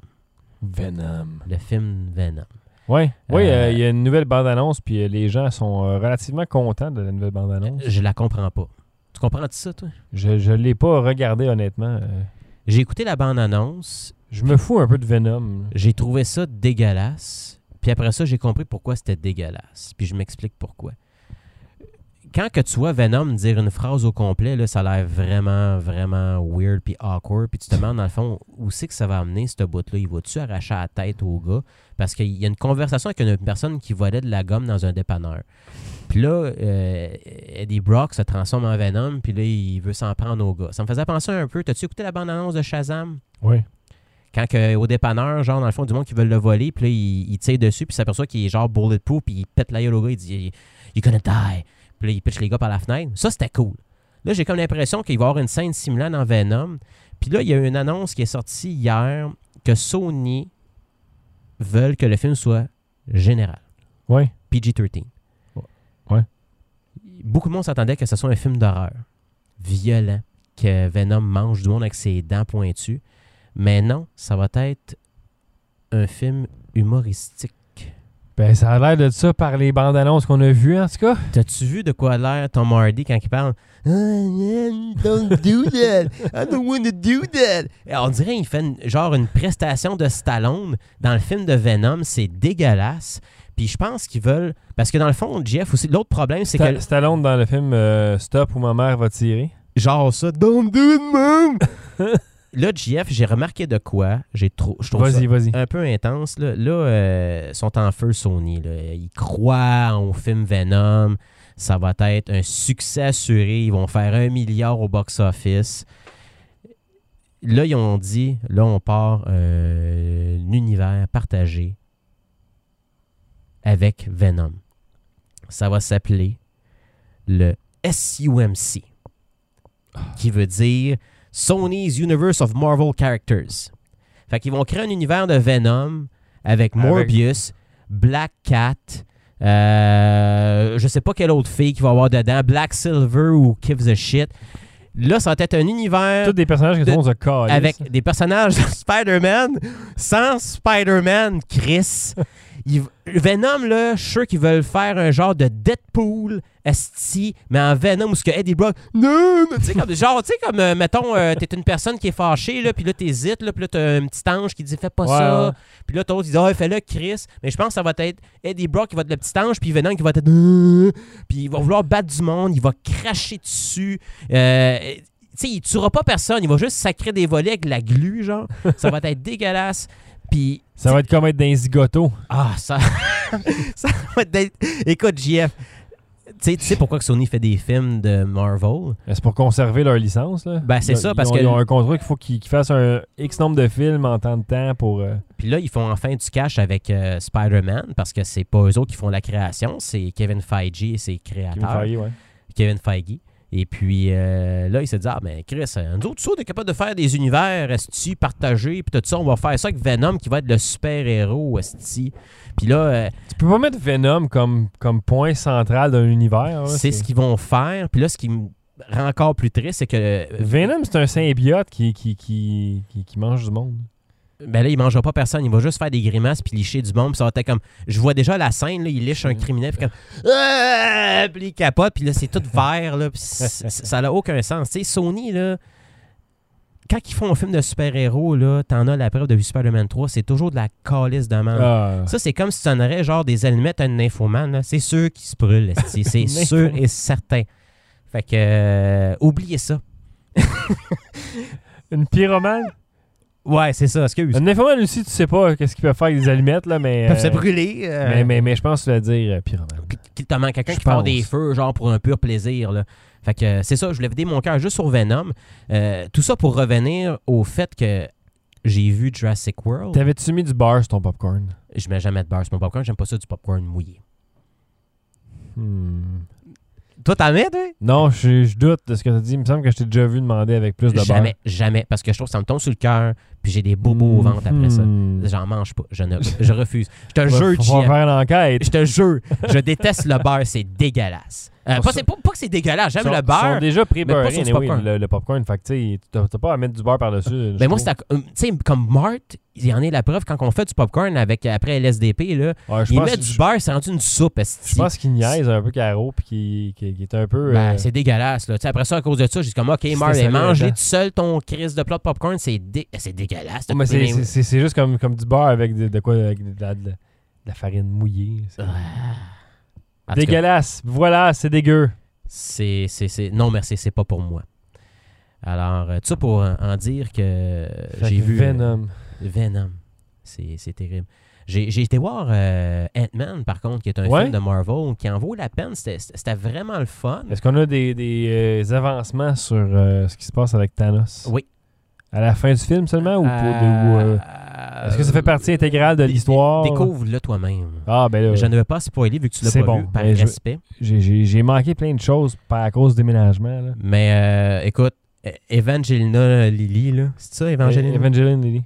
S4: Venom.
S5: le film Venom.
S4: Ouais. Oui,
S5: Euh,
S4: euh, il y a une nouvelle bande-annonce, puis euh, les gens sont euh, relativement contents de la nouvelle bande-annonce.
S5: Je la comprends pas. Tu comprends ça, toi?
S4: Je ne l'ai pas regardé, honnêtement. Euh,
S5: J'ai écouté la bande-annonce,
S4: je me fous un peu de Venom.
S5: j'ai trouvé ça dégueulasse. Puis après ça, j'ai compris pourquoi c'était dégueulasse. Puis je m'explique pourquoi. Quand que tu vois Venom dire une phrase au complet, là, ça a l'air vraiment, vraiment weird puis awkward. Puis tu te demandes, dans le fond, où c'est que ça va amener, ce bout-là? Il va-tu arracher la tête au gars? Parce qu'il y a une conversation avec une personne qui volait de la gomme dans un dépanneur. Puis là, euh, Eddie Brock se transforme en Venom, puis là, il veut s'en prendre au gars. Ça me faisait penser un peu, t'as-tu écouté la bande-annonce de Shazam?
S4: Oui.
S5: quand que, au dépanneur, genre dans le fond du monde qui veulent le voler, puis là, il, il tire dessus, puis il s'aperçoit qu'il est genre bulletproof, puis il pète la gueule au gars, il dit « You gonna die », puis là, il pitch les gars par la fenêtre. Ça, c'était cool. Là, j'ai comme l'impression qu'il va y avoir une scène similaire dans Venom. Puis là, il y a une annonce qui est sortie hier que Sony veulent que le film soit général,
S4: Oui.
S5: PG-13.
S4: Ouais.
S5: Beaucoup de monde s'attendait que ce soit un film d'horreur, violent, que Venom mange du monde avec ses dents pointues. Mais non, ça va être un film humoristique.
S4: Ben, ça a l'air de ça par les bandes annonces qu'on a vues, en tout cas.
S5: T'as-tu vu de quoi a l'air Tom Hardy quand il parle Ah, man, Don't do that. I don't want to do that. Et on dirait qu'il fait une- genre une prestation de Stallone dans le film de Venom. C'est dégueulasse. Puis je pense qu'ils veulent. Parce que dans le fond, Jeff, aussi, l'autre problème, c'est que.
S4: Sta- Stallone dans le film euh, Stop où ma mère va tirer.
S5: Genre ça, Don't do it, mom. Là, Jeff, j'ai remarqué de quoi. J'ai trop. Je trouve ça
S4: Vas-y, vas-y.
S5: un peu intense. Là, là euh, sont en feu Sony. là. Ils croient au film Venom. Ça va être un succès assuré. Ils vont faire un milliard au box-office. Là, ils ont dit, là, on part euh, un univers partagé avec Venom. Ça va s'appeler le SUMC, qui veut dire Sony's Universe of Marvel Characters. Fait qu'ils vont créer un univers de Venom avec
S4: Avec-
S5: Morbius, Black Cat, euh, je sais pas quelle autre fille qui va avoir dedans, Black Silver ou Gives a Shit. Là, ça va être un univers
S4: Tous des personnages que
S5: Euh, de-
S4: tout le monde se calisse.
S5: avec des personnages de Spider-Man sans Spider-Man, Chris. Il- Venom, là, je suis sûr qu'ils veulent faire un genre de Deadpool, esti, mais en Venom, où ce que Eddie Brock, non, non, tu sais, comme, genre, tu sais, comme, euh, mettons, euh, t'es une personne qui est fâchée, là, puis là, t'hésites, là, puis là, t'as un petit ange qui dit, fais pas
S4: Ouais,
S5: ça,
S4: ouais.
S5: puis là, t'as l'autre, il dit, oh, fais-le, Chris, mais je pense que ça va être Eddie Brock qui va être le petit ange, puis Venom qui va être, Euh, puis il va vouloir battre du monde, il va cracher dessus, euh, tu sais, il tuera pas personne, il va juste sacrer des volets avec la glu, genre, ça va être dégueulasse, puis
S4: Ça va être comme être dans les zigotos.
S5: ah, ça. ça va être- Écoute, JF, tu sais- tu sais pourquoi que Sony fait des films de Marvel?
S4: Mais C'est pour conserver leur licence, là.
S5: Ben, c'est
S4: Ils-
S5: ça,
S4: ils
S5: parce
S4: ont-
S5: que-
S4: Ils ont un contrat qu'il faut qu'ils qu'ils fassent un X nombre de films en temps de temps pour... euh,
S5: Puis là, ils font enfin du cash avec euh, Spider-Man parce que c'est pas eux autres qui font la création, c'est Kevin Feige et ses
S4: qu'ils
S5: créateurs.
S4: vont travailler, ouais.
S5: Kevin Feige. Et puis euh, là, il s'est dit Ah, mais Chris, euh, nous autres, tu sais, on est capable de faire des univers, esti, partagés, puis tout ça, on va faire ça avec Venom qui va être le super-héros, esti. Puis là, euh,
S4: Tu peux pas mettre Venom comme, comme point central d'un univers. hein,
S5: Ah c'est ce qu'ils vont faire. Puis là, ce qui me rend encore plus triste, c'est que. euh,
S4: Venom, c'est un symbiote qui, qui, qui, qui, qui mange du monde.
S5: Ben là, il mangera pas personne. Il va juste faire des grimaces puis licher du monde. Puis ça va être comme. Je vois déjà la scène, là, il liche un criminel. Puis comme. Ah! Puis il capote. Puis là, c'est tout vert. Là, puis c- c- ça n'a aucun sens. Tu sais, Sony, là. Quand ils font un film de super-héros, là, t'en as la preuve depuis Spider-Man 3, c'est toujours de la calice de merde.
S4: Ah.
S5: Ça, c'est comme si tu donnerais genre des allumettes à un infoman. là. C'est sûr qu'il se brûle, esti. c'est sûr et certain. Fait que, euh, oubliez ça.
S4: Une pyromane?
S5: Ouais, c'est ça, excuse.
S4: Un infomane aussi, tu sais pas euh, qu'est-ce qu'il peut faire avec des allumettes, là, mais...
S5: Ils peuvent se
S4: euh,
S5: brûler. euh.
S4: mais, mais, mais je pense que tu vas dire euh, pyromane.
S5: Puis qu'il te manque quelqu'un
S4: Je
S5: qui part
S4: pense.
S5: des feux, genre pour un pur plaisir. Là. Fait que euh, c'est ça, je voulais vider mon cœur juste sur Venom. Euh, tout ça pour revenir au fait que j'ai vu Jurassic World.
S4: T'avais-tu mis du beurre sur ton popcorn?
S5: Je mets jamais de beurre sur mon popcorn, j'aime pas ça du popcorn mouillé.
S4: Hmm.
S5: Toi, t'en mets, toi?
S4: Non, je, je doute de ce que tu dis. Il me semble que je t'ai déjà vu demander avec plus de beurre.
S5: Jamais, jamais, parce que je trouve que ça me tombe sur le cœur, puis j'ai des bobos au ventre après ça.
S4: Hmm.
S5: J'en mange pas, je, ne- je refuse. Je te
S4: Faut-
S5: jure,
S4: faut
S5: JF,
S4: faire l'enquête.
S5: je te jure, je déteste le beurre, c'est dégueulasse. Euh, pas, c'est pas, pas que c'est dégueulasse, j'aime
S4: Ils sont-
S5: le
S4: Ils
S5: beurre,
S4: sont déjà pris
S5: mais pas
S4: beurrés,
S5: sur du
S4: anyway,
S5: popcorn.
S4: le, le popcorn. Fait que, tu sais, t'as t'as pas à mettre du beurre par-dessus.
S5: Mais
S4: je
S5: moi,
S4: trouve.
S5: c'est à- euh, tu sais, comme Mart, il y en a la preuve quand on fait du popcorn avec, euh, après LSDP, là,
S4: Ouais, je
S5: il
S4: pense-
S5: met du
S4: je-
S5: beurre, c'est rendu une soupe. esti.
S4: Je pense qu'il niaise un peu Caro, puis qu'il qu'il- qu'il est un peu.
S5: Ben,
S4: euh, hein.
S5: c'est dégueulasse. Là. Tu sais, Après ça, à cause de ça, j'ai dit comme, OK,
S4: C'était
S5: Mart,
S4: salé
S5: mange tout
S4: dedans.
S5: seul ton crise de plat de popcorn, c'est dé- c'est dégueulasse.
S4: mais c'est-
S5: Mais-
S4: c'est c'est- c'est juste comme, comme du beurre avec de, de quoi avec de, de- de- de la farine mouillée. c'est-
S5: En tout cas,
S4: Ah. Dégueulasse. Voilà, c'est dégueu.
S5: C'est, c'est, c'est- Non, merci, c'est pas pour moi. Alors, euh, tout ça pour en, en dire que euh,
S4: Fait
S5: j'ai
S4: que
S5: vu. euh,
S4: Venom.
S5: Venom. C'est c'est terrible. J'ai j'ai été voir euh, Ant-Man, par contre, qui est un
S4: Ouais.
S5: film de Marvel qui en vaut la peine. C'était- C'était c'était vraiment le fun.
S4: Est-ce qu'on a des, des, euh, avancements sur euh, ce qui se passe avec Thanos?
S5: Oui.
S4: À la fin du film seulement? Ou, pour- ou, euh,
S5: Euh,
S4: Est-ce que ça fait partie intégrale de
S5: dé- dé-
S4: l'histoire?
S5: Découvre-le toi-même.
S4: Ah, ben là,
S5: Je ne vais pas spoiler vu que tu l'as
S4: C'est
S5: pas
S4: bon,
S5: vu, par
S4: mais je-
S5: respect.
S4: j'ai- j'ai j'ai manqué plein de choses par, à cause du déménagement. là.
S5: Mais euh, écoute, euh, Evangelina Lily, là, c'est ça, Evangelina?
S4: Eh, Evangeline Lilly.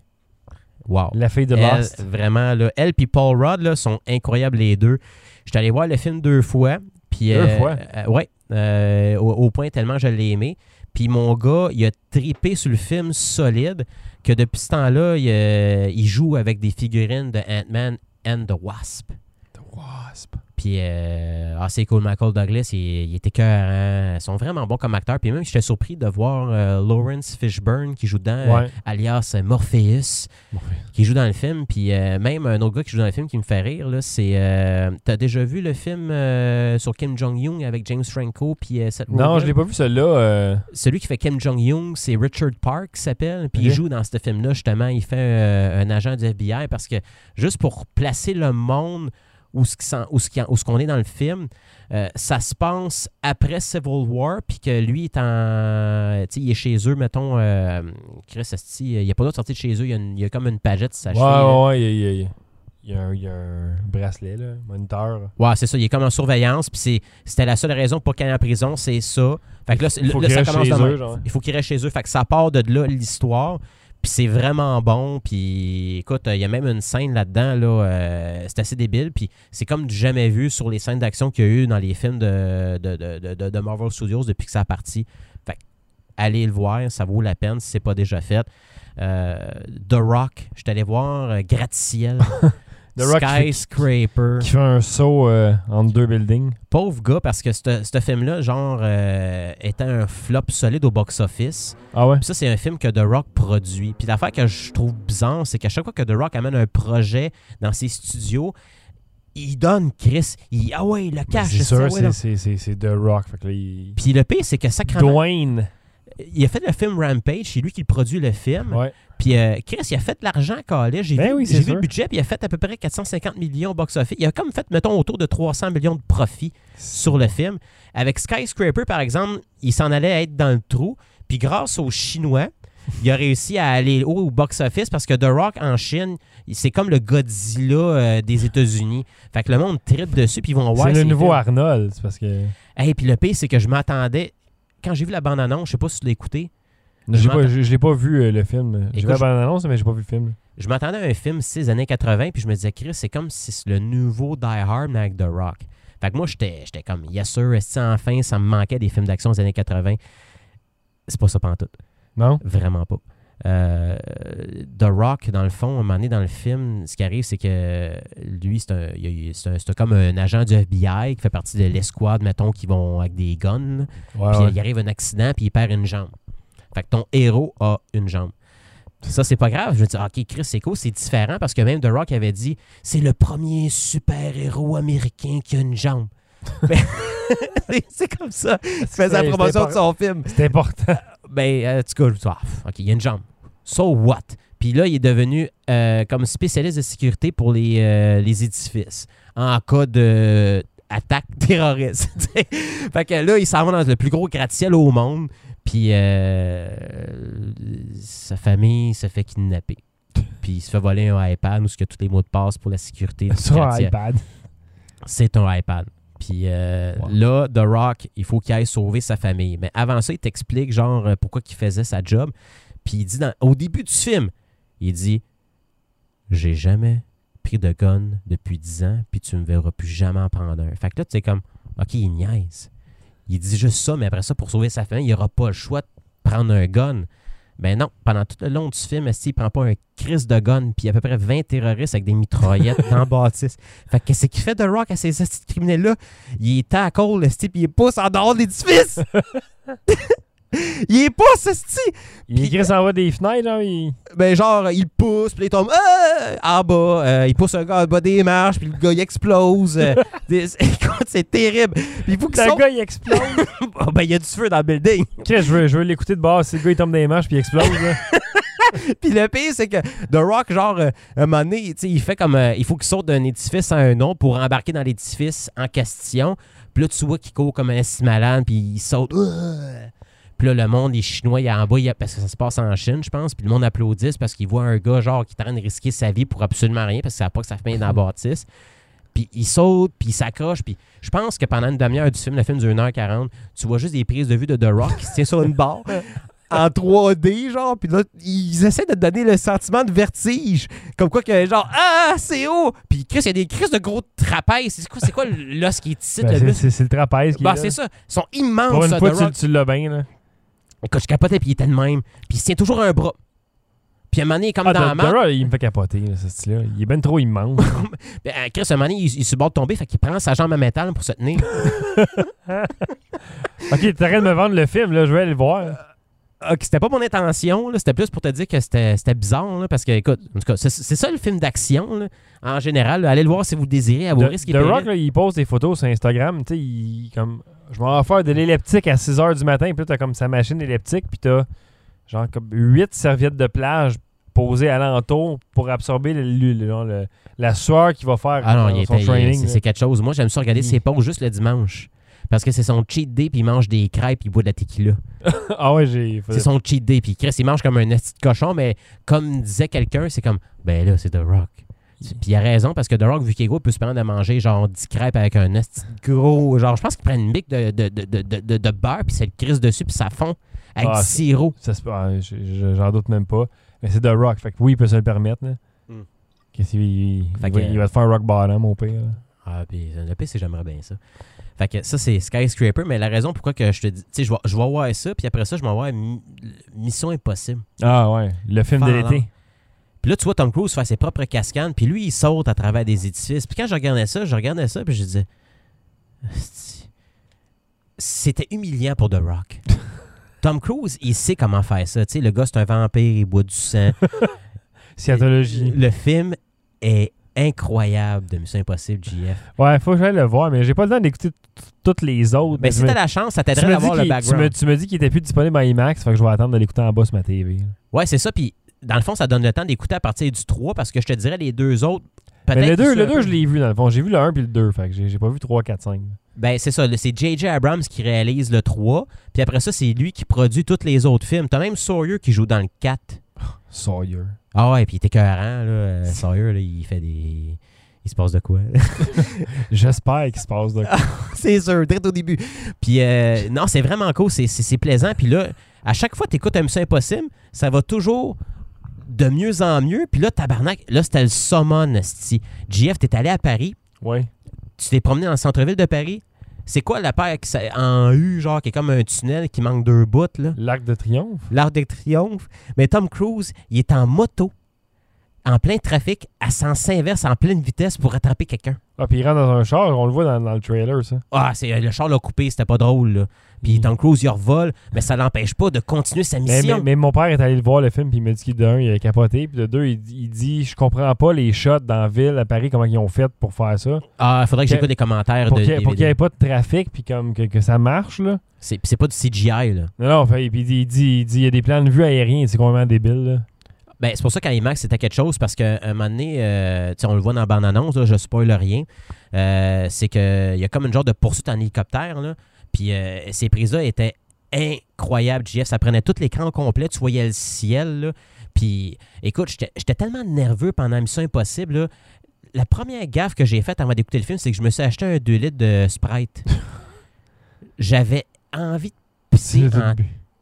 S5: wow.
S4: La fille de
S5: Elle,
S4: Lost.
S5: vraiment, là, elle puis Paul Rudd là, sont incroyables les deux. Je suis allé voir le film deux fois. Puis,
S4: Deux
S5: euh,
S4: fois?
S5: euh, ouais, euh, au, au point tellement je l'ai aimé. Puis mon gars, il a tripé sur le film solide que depuis ce temps-là, il, euh, il joue avec des figurines de Ant-Man and the Wasp.
S4: The Wasp.
S5: Puis, euh, ah, c'est cool, Michael Douglas, il, il est écœurant. Ils sont vraiment bons comme acteurs. Puis même, j'étais surpris de voir euh, Lawrence Fishburne qui joue dedans, euh,
S4: Ouais.
S5: alias Morpheus
S4: Bon,
S5: qui joue dans le film, puis euh, même un autre gars qui joue dans le film qui me fait rire, là, c'est... euh, T'as déjà vu le film euh, sur Kim Jong-un avec James Franco puis euh, Seth
S4: Non,
S5: Rogen?
S4: je l'ai pas vu celui-là. euh,
S5: Celui qui fait Kim Jong-un, c'est Richard Park qui s'appelle, puis
S4: Ok.
S5: il joue dans ce film-là, justement, il fait euh, un agent du FBI, parce que juste pour placer le monde où ce qui s'en- où ce qui en- où ce qu'on est dans le film, euh, ça se passe après Civil War, puis que lui est en... tu sais, il est chez eux, mettons, euh, Chris Asti, il n'y a pas d'autre sortie de chez eux, il y a, une- il y a comme une pagette sur sa
S4: Ouais,
S5: cheville, là.
S4: ouais, ouais, il y a- il y a- il y a un- il y a un bracelet, là, moniteur.
S5: Ouais, c'est ça. Il est comme en surveillance. Puis c'est- c'était la seule raison pour qu'il aille en prison, c'est ça. Fait que là, c'est-
S4: Il faut
S5: là,
S4: qu'il
S5: ça
S4: reste
S5: commence
S4: chez
S5: de même.
S4: eux, genre.
S5: Il faut qu'il reste chez eux. Fait que ça part de là l'histoire. Puis c'est vraiment bon. Puis écoute, euh, il y a même une scène là-dedans. Là, euh, c'est assez débile. Puis c'est comme du jamais vu sur les scènes d'action qu'il y a eu dans les films de, de, de- de- de- de Marvel Studios depuis que ça a parti. Fait que allez le voir. Ça vaut la peine si c'est pas déjà fait. Euh, The Rock, je suis allé voir euh, Gratte-ciel.
S4: The Rock qui-
S5: Skyscraper.
S4: Qui fait un saut euh, entre deux buildings.
S5: Pauvre gars, parce que ce ce film-là, genre, euh, était un flop solide au box-office.
S4: Ah ouais?
S5: Puis ça, c'est un film que The Rock produit. Puis l'affaire que je trouve bizarre, c'est qu'à chaque fois que The Rock amène un projet dans ses studios, il donne Chris. Il, ah ouais, le
S4: Mais
S5: cash.
S4: C'est
S5: ça, ouais,
S4: sûr,
S5: là.
S4: c'est- c'est c'est- c'est The Rock. Fait que là, il-
S5: Puis le pire, c'est que sacrément,
S4: Dwayne.
S5: il a fait le film Rampage, c'est lui qui produit le film.
S4: Ouais.
S5: Puis euh, Chris, il a fait de l'argent collé. J'ai
S4: Ben
S5: vu,
S4: oui,
S5: j'ai
S4: c'est
S5: vu
S4: sûr.
S5: le budget, puis il a fait à peu près 450 millions au box-office. Il a comme fait, mettons, autour de 300 millions de profits. sur le film. Avec Skyscraper, par exemple, il s'en allait être dans le trou. Puis grâce aux Chinois, il a réussi à aller haut au box-office parce que The Rock en Chine, il- c'est comme le Godzilla euh, des États-Unis. Fait que le monde tripe dessus, puis ils vont voir.
S4: C'est le
S5: ces
S4: nouveau
S5: films.
S4: Arnold. c'est parce que.
S5: Hey, puis le pire, c'est que je m'attendais. Quand j'ai vu la bande-annonce, je sais pas si tu l'as écouté,
S4: Je l'ai
S5: m'entends-
S4: pas, je- je l'ai pas vu euh, le film. J'ai vu
S5: Écoute,
S4: la
S5: je-
S4: bande-annonce, mais j'ai pas vu le film.
S5: je m'attendais à un film 6 années 80, puis je me disais, Chris, c'est comme si c'est le nouveau Die Hard, mais avec The Rock. Fait que moi, j'étais j'étais comme, yes sir, est-ce que enfin, ça me manquait des films d'action des années 80. C'est pas ça pantoute.
S4: Non?
S5: Vraiment pas. Euh, The Rock, dans le fond, à un moment donné, dans le film, ce qui arrive, c'est que lui, c'est un- il a- il- c'est un- c'est comme un agent du FBI qui fait partie de l'escouade, mettons, qui vont avec des guns.
S4: Ouais,
S5: Puis
S4: ouais.
S5: il arrive un accident, puis il perd une jambe. Fait que ton héros a une jambe. Ça, c'est pas grave. Je me dis, OK, Chris, c'est cool, c'est différent parce que même The Rock avait dit, c'est le premier super-héros américain qui a une jambe. Ben, c'est- c'est comme ça. Il faisait la
S4: C'était-
S5: promotion de
S4: c'était
S5: son film.
S4: C'est important.
S5: Ben, euh, en tout cas, je dis, Ah, pff, OK, il y a une jambe. So what? Puis là, il est devenu euh, comme spécialiste de sécurité pour les, euh, les édifices en cas de attaque terroriste. tu sais. fait que là, il s'en va dans le plus gros gratte-ciel au monde. Puis euh, sa famille se fait kidnapper. Puis il se fait voler un iPad où ce que tous les mots de passe pour la sécurité. du
S4: Sur un
S5: gratte-ciel.
S4: iPad.
S5: C'est un iPad. Puis euh,
S4: Wow.
S5: là, The Rock, il faut qu'il aille sauver sa famille. Mais avant ça, il t'explique genre euh, pourquoi il faisait sa job. Puis il dit dans- au début du film, il dit J'ai jamais pris de gun depuis 10 ans, puis tu me verras plus jamais en prendre un. Fait que là, tu sais comme OK, il niaise. Il dit juste ça, mais après ça, pour sauver sa famille, il n'aura pas le choix de prendre un gun. Mais non, pendant tout le long du film, Esti, il prend pas un crise de gun, puis à peu près 20 terroristes avec des mitraillettes dans la bâtisse. Fait que qu'est-ce qu'il fait de Rock à ces esti de criminels-là? Il est à cause, Esti, puis il pousse en dehors de l'édifice! Il est pas, ce style.
S4: Il
S5: Puis-
S4: écrit s'en va des fenêtres, genre, il...
S5: Ben, genre, il pousse, puis il tombe ah! en bas. Euh, il pousse un gars en bas des marches, puis le gars, il explose. Euh, des- Écoute, c'est terrible. Puis il faut qu'il
S4: Le
S5: saute.
S4: gars, il explose.
S5: Ah, ben, il y a du feu dans le building.
S4: Chris, je veux, je veux l'écouter de base. Si le gars, il tombe dans les marches puis il explose, là.
S5: Puis le pire, c'est que The Rock, genre, euh, un moment donné, tu sais, il fait comme. euh, il faut qu'il saute d'un édifice à un autre pour embarquer dans l'édifice en question. Puis là, tu vois qu'il court comme un esti malade, puis il saute. Ouah! Puis là, le monde, les Chinois, il est en bas, il- parce que ça se passe en Chine, je pense. Puis le monde applaudit parce qu'il voit un gars, genre, qui est en train de risquer sa vie pour absolument rien, parce qu'il savent pas que ça fait dans la bâtisse. Puis il saute, puis il s'accroche. Puis je pense que pendant une demi-heure du film, le film dure 1h40, tu vois juste des prises de vue de The Rock qui se tient sur une barre en 3D, genre. Puis là, ils essaient de te donner le sentiment de vertige. Comme quoi que, genre, ah, c'est haut. Puis Chris, il y a des crises de gros trapèzes. C'est quoi, c'est quoi l'os qui est ici,
S4: Ben,
S5: le
S4: c'est-
S5: muscle?
S4: c'est c'est le trapèze qui est
S5: Bah,
S4: là.
S5: c'est ça. Ils sont immenses,
S4: Pour une
S5: ça,
S4: fois,
S5: The
S4: tu,
S5: Rock.
S4: tu l'as bien, là.
S5: Quand je capotais, puis il était de même. Puis il se tient toujours un bras. Puis à un moment donné, comme
S4: Ah,
S5: dans la
S4: The, The
S5: marque,
S4: Rock, il me fait capoter, là, ce style-là. Il est ben trop immense.
S5: ben, euh, Chris, à un moment donné, il, il se bat de tomber, fait qu'il prend sa jambe à métal pour se tenir.
S4: ok, t'arrêtes de me vendre le film, là. Je vais aller le voir.
S5: Ok, c'était pas mon intention, là. c'était plus pour te dire que c'était c'était bizarre, là, parce que, écoute, en tout cas, c'est c'est ça le film d'action, là. en général. là. allez le voir si vous le désirez, à vos
S4: The,
S5: risques et
S4: The
S5: périls.
S4: Rock, là, il pose des photos sur Instagram. Tu sais, il. Comme, je m'en vais faire de l'elliptique à 6 h du matin. Puis là, t'as comme sa machine elliptique. Puis t'as genre comme 8 serviettes de plage posées alentour pour absorber le, le- le- genre, le- la sueur qu'il va faire
S5: Ah non,
S4: dans
S5: il
S4: son
S5: était- il-
S4: training.
S5: c'est-
S4: là.
S5: c'est quelque chose. Moi, j'aime ça regarder
S4: Il-
S5: ses pauses juste le dimanche. Parce que c'est son cheat day, puis il mange des crêpes, puis il boit de la tequila.
S4: Ah ouais, j'ai.
S5: C'est son cheat day, puis Chris, il mange comme un esti de cochon, mais comme disait quelqu'un, c'est comme, ben là, c'est The Rock. Puis il a raison, parce que The Rock, vu qu'il est gros, il peut se permettre de manger genre 10 crêpes avec un esti de gros. Genre, je pense qu'il prend une bique de, de, de, de, de- de- de beurre, puis c'est le Chris dessus, puis ça fond avec
S4: Ah,
S5: du
S4: c'est-
S5: sirop.
S4: Ça se peut- ah, je- je- J'en doute même pas. Mais c'est The Rock. Fait que oui, il peut se le permettre. Là.
S5: Mm.
S4: Qu'est-ce qu'il- il, il
S5: Fait
S4: va,
S5: que-
S4: il va te faire rock bottom, mon père.
S5: Ah, puis le pire, c'est j'aimerais bien ça. Fait que ça, c'est Skyscraper, mais la raison pourquoi que je te dis, tu sais, je vais, je vais voir ça, puis après ça, je m'en vais à Mi- Mission Impossible.
S4: Ah ouais, le film de
S5: Fendant.
S4: l'été.
S5: Puis là, tu vois Tom Cruise faire ses propres cascades, puis lui, il saute à travers des édifices. Puis quand je regardais ça, je regardais ça, puis je disais, Asti. c'était humiliant pour The Rock. Tom Cruise, il sait comment faire ça. Tu sais, le gars, c'est un vampire, il boit du sang.
S4: Scientologie.
S5: Le film est incroyable de Mission Impossible, JF.
S4: Ouais, faut que j'aille le voir, mais j'ai pas le temps d'écouter t- t- toutes les autres.
S5: Mais
S4: Je
S5: si
S4: me-
S5: t'as la chance, ça
S4: tu
S5: t'aiderait
S4: me
S5: à
S4: dis
S5: avoir le
S4: qu'il- tu
S5: background.
S4: me- tu me dis qu'il était plus disponible à IMAX, fait que je vais attendre de l'écouter en bas sur ma TV. là.
S5: Ouais, c'est ça. Puis, dans le fond, ça donne le temps d'écouter à partir du 3 parce que je te dirais les deux autres. peut-être
S4: Mais le
S5: qu'ils
S4: 2,
S5: sont un
S4: le
S5: peu-
S4: deux, je l'ai vu dans le fond. J'ai vu le 1 puis le 2, fait que j'ai j'ai pas vu 3, 4, 5.
S5: Ben, c'est ça. le- C'est J.J. Abrams qui réalise le 3. Puis après ça, c'est lui qui produit tous les autres films. T'as même Sawyer qui joue dans le 4.
S4: Sawyer.
S5: Ah ouais, puis il est écœurant, là. euh, Sawyer, là, il fait des. Il se passe de quoi? là?
S4: J'espère qu'il se passe de quoi.
S5: c'est sûr, direct au début. Puis euh, non, c'est vraiment cool, c'est- c'est c'est plaisant. Puis là, à chaque fois que tu écoutes Mission Impossible, ça va toujours de mieux en mieux. Puis là, tabarnak, là, c'était le summon, esti. JF, t'es allé à Paris,
S4: Ouais.
S5: tu t'es promené dans le centre-ville de Paris. C'est quoi la paire qui s'a- en U, genre, qui est comme un tunnel qui manque deux bouts, là?
S4: L'arc de triomphe.
S5: L'Arc de Triomphe. Mais Tom Cruise, il est en moto, en plein trafic, à sens inverse, en pleine vitesse pour attraper quelqu'un.
S4: Ah, puis il rentre dans un char, on le voit dans, dans le trailer, ça.
S5: Ah, c'est euh, le char l'a coupé, c'était pas drôle. Là. Puis Tom Cruise, il revole, mais ça l'empêche pas de continuer sa
S4: Mm. Mais,
S5: mission.
S4: mais- mais mon père est allé le voir le film, puis il m'a dit qu'il, de un, il a capoté, puis de deux, il, dit- il dit Je comprends pas les shots dans la ville à Paris, comment ils ont fait pour faire ça.
S5: Ah, faudrait que
S4: Que-
S5: j'écoute les commentaires
S4: Pour
S5: Ah, de
S4: qu'il n'y
S5: DVD.
S4: ait pas de trafic, puis comme que, que ça marche, là.
S5: C'est c'est pas du CGI, là.
S4: Non, non, fait- puis il dit, il dit, il dit, il y a des plans de vue aériens, c'est complètement débile, là.
S5: Ben, c'est pour ça qu'IMAX, c'était quelque chose, parce qu'à un moment donné, euh, tu sais, on le voit dans la bande-annonce, là, je spoil rien, euh, c'est qu'il y a comme une genre de poursuite en hélicoptère, là, puis euh, ces prises-là étaient incroyables, JF, ça prenait tout l'écran au complet, tu voyais le ciel, là, puis écoute, j'étais j'étais tellement nerveux pendant Mission Impossible, là. la première gaffe que j'ai faite avant d'écouter le film, c'est que je me suis acheté un 2 litres de Sprite. J'avais envie de pisser en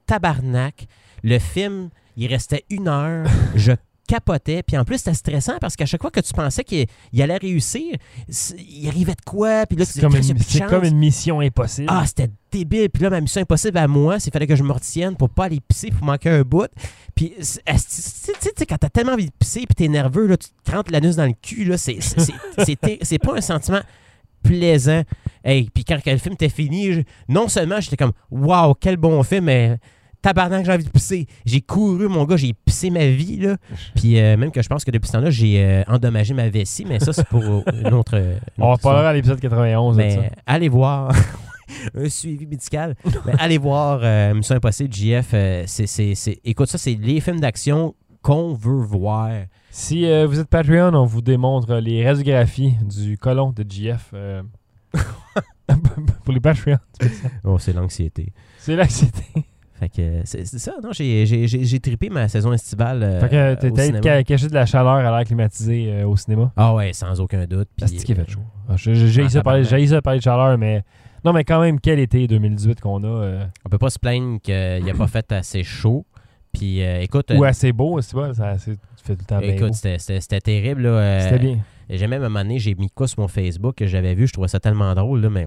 S5: tabarnak. Le film, il restait une heure. Je capotais. Puis en plus, c'était stressant parce qu'à chaque fois que tu pensais qu'il il allait réussir, c'est- il arrivait de quoi? Puis là, tu
S4: C'est
S5: disais,
S4: comme,
S5: Chris, il y a
S4: une,
S5: plus de
S4: c'est
S5: chance.
S4: comme une mission impossible.
S5: Ah, c'était débile. Puis là, ma mission impossible à moi, c'est fallait que je me retienne pour pas aller pisser, pour manquer un bout. Puis, c'est- c'est- tu sais, tu sais, quand t'as tellement envie de pisser, puis t'es nerveux, là, tu te crampes l'anus dans le cul, là, c'est- c'est- c'est c'est ter- c'est pas un sentiment plaisant. Hey, puis quand que le film était fini, je- non seulement j'étais comme, waouh, quel bon film, mais tabarnak, j'ai envie de pisser. J'ai couru, mon gars, j'ai pissé ma vie, là. Puis euh, même que je pense que depuis ce temps-là, j'ai euh, endommagé ma vessie, mais ça, c'est pour une autre. une
S4: On
S5: autre
S4: reparlera à l'épisode 91 de ça.
S5: mais allez voir un suivi médical. Mais allez voir euh, Mission Impossible, JF. euh, c'est, c'est- c'est- Écoute, ça, c'est les films d'action qu'on veut voir.
S4: Si euh, vous êtes Patreon, on vous démontre les radiographies du colon de GF. euh, pour les Patreons.
S5: Oh, c'est l'anxiété.
S4: C'est là que c'était.
S5: Fait que c'est, c'est ça, non, j'ai, j'ai, j'ai- j'ai trippé ma saison estivale. euh,
S4: Fait que t'es
S5: au
S4: t'as
S5: cinéma.
S4: ca- caché de la chaleur à l'air climatisé euh, au cinéma.
S5: Ah ouais, sans aucun doute. puis-
S4: C'est ce qui fait chaud. Ah, je- je- J'ai
S5: Ah,
S4: essayé de parler-
S5: tabarnak.
S4: j'ai essayé de parler de chaleur, mais. Non, mais quand même, quel été 2018 qu'on a. euh,
S5: On peut pas se plaindre qu'il n'y a pas fait assez chaud. Puis euh, écoute,
S4: ou
S5: euh,
S4: assez beau, c'est pas. Ça c'est- tu fais tout le temps bien beau.
S5: écoute c'était, c'était- c'était terrible. là, euh,
S4: C'était bien.
S5: Et J'ai même à un moment donné, j'ai mis quoi sur mon Facebook que j'avais vu, je trouvais ça tellement drôle, là, mais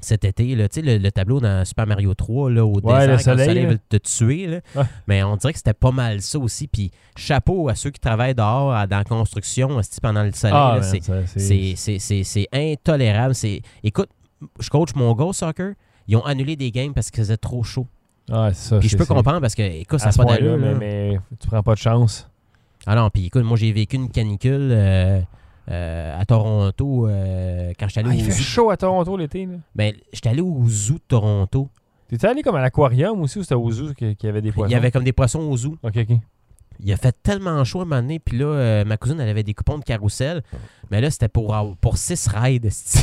S5: cet été, là, tu sais, le, le tableau dans Super Mario 3, là, au désert,
S4: Ouais, le
S5: quand
S4: soleil, là.
S5: veut te tuer, là.
S4: Ouais.
S5: mais on dirait que c'était pas mal ça aussi. Puis chapeau à ceux qui travaillent dehors, à- dans la construction, hostie, pendant le soleil,
S4: Ah,
S5: là,
S4: man,
S5: c'est-
S4: ça,
S5: c'est- c'est c'est- c'est intolérable. C'est- Écoute, je coach mon go soccer, ils ont annulé des games parce qu'ils faisaient trop chaud.
S4: Ah, c'est ça.
S5: Puis je
S4: c'est-
S5: peux
S4: c'est-
S5: comprendre parce que, écoute, ça
S4: À
S5: n'a
S4: ce
S5: pas
S4: point-là,
S5: d'allure.
S4: mais,
S5: là.
S4: mais tu prends pas de chance.
S5: Ah non, puis écoute, moi j'ai vécu une canicule euh, euh, à Toronto euh, quand j'étais allé
S4: Ah, il
S5: au
S4: fait
S5: zoo.
S4: chaud à Toronto l'été. là.
S5: Mais j'étais allé au zoo de Toronto.
S4: T'étais allé comme à l'aquarium aussi ou c'était au zoo qu'il y avait des poissons?
S5: Il y avait comme des poissons au zoo.
S4: Ok, ok.
S5: Il a fait tellement chaud à un moment donné, puis là, euh, ma cousine, elle avait des coupons de carrousel. Mais là, c'était pour, avoir- pour six rides. esti.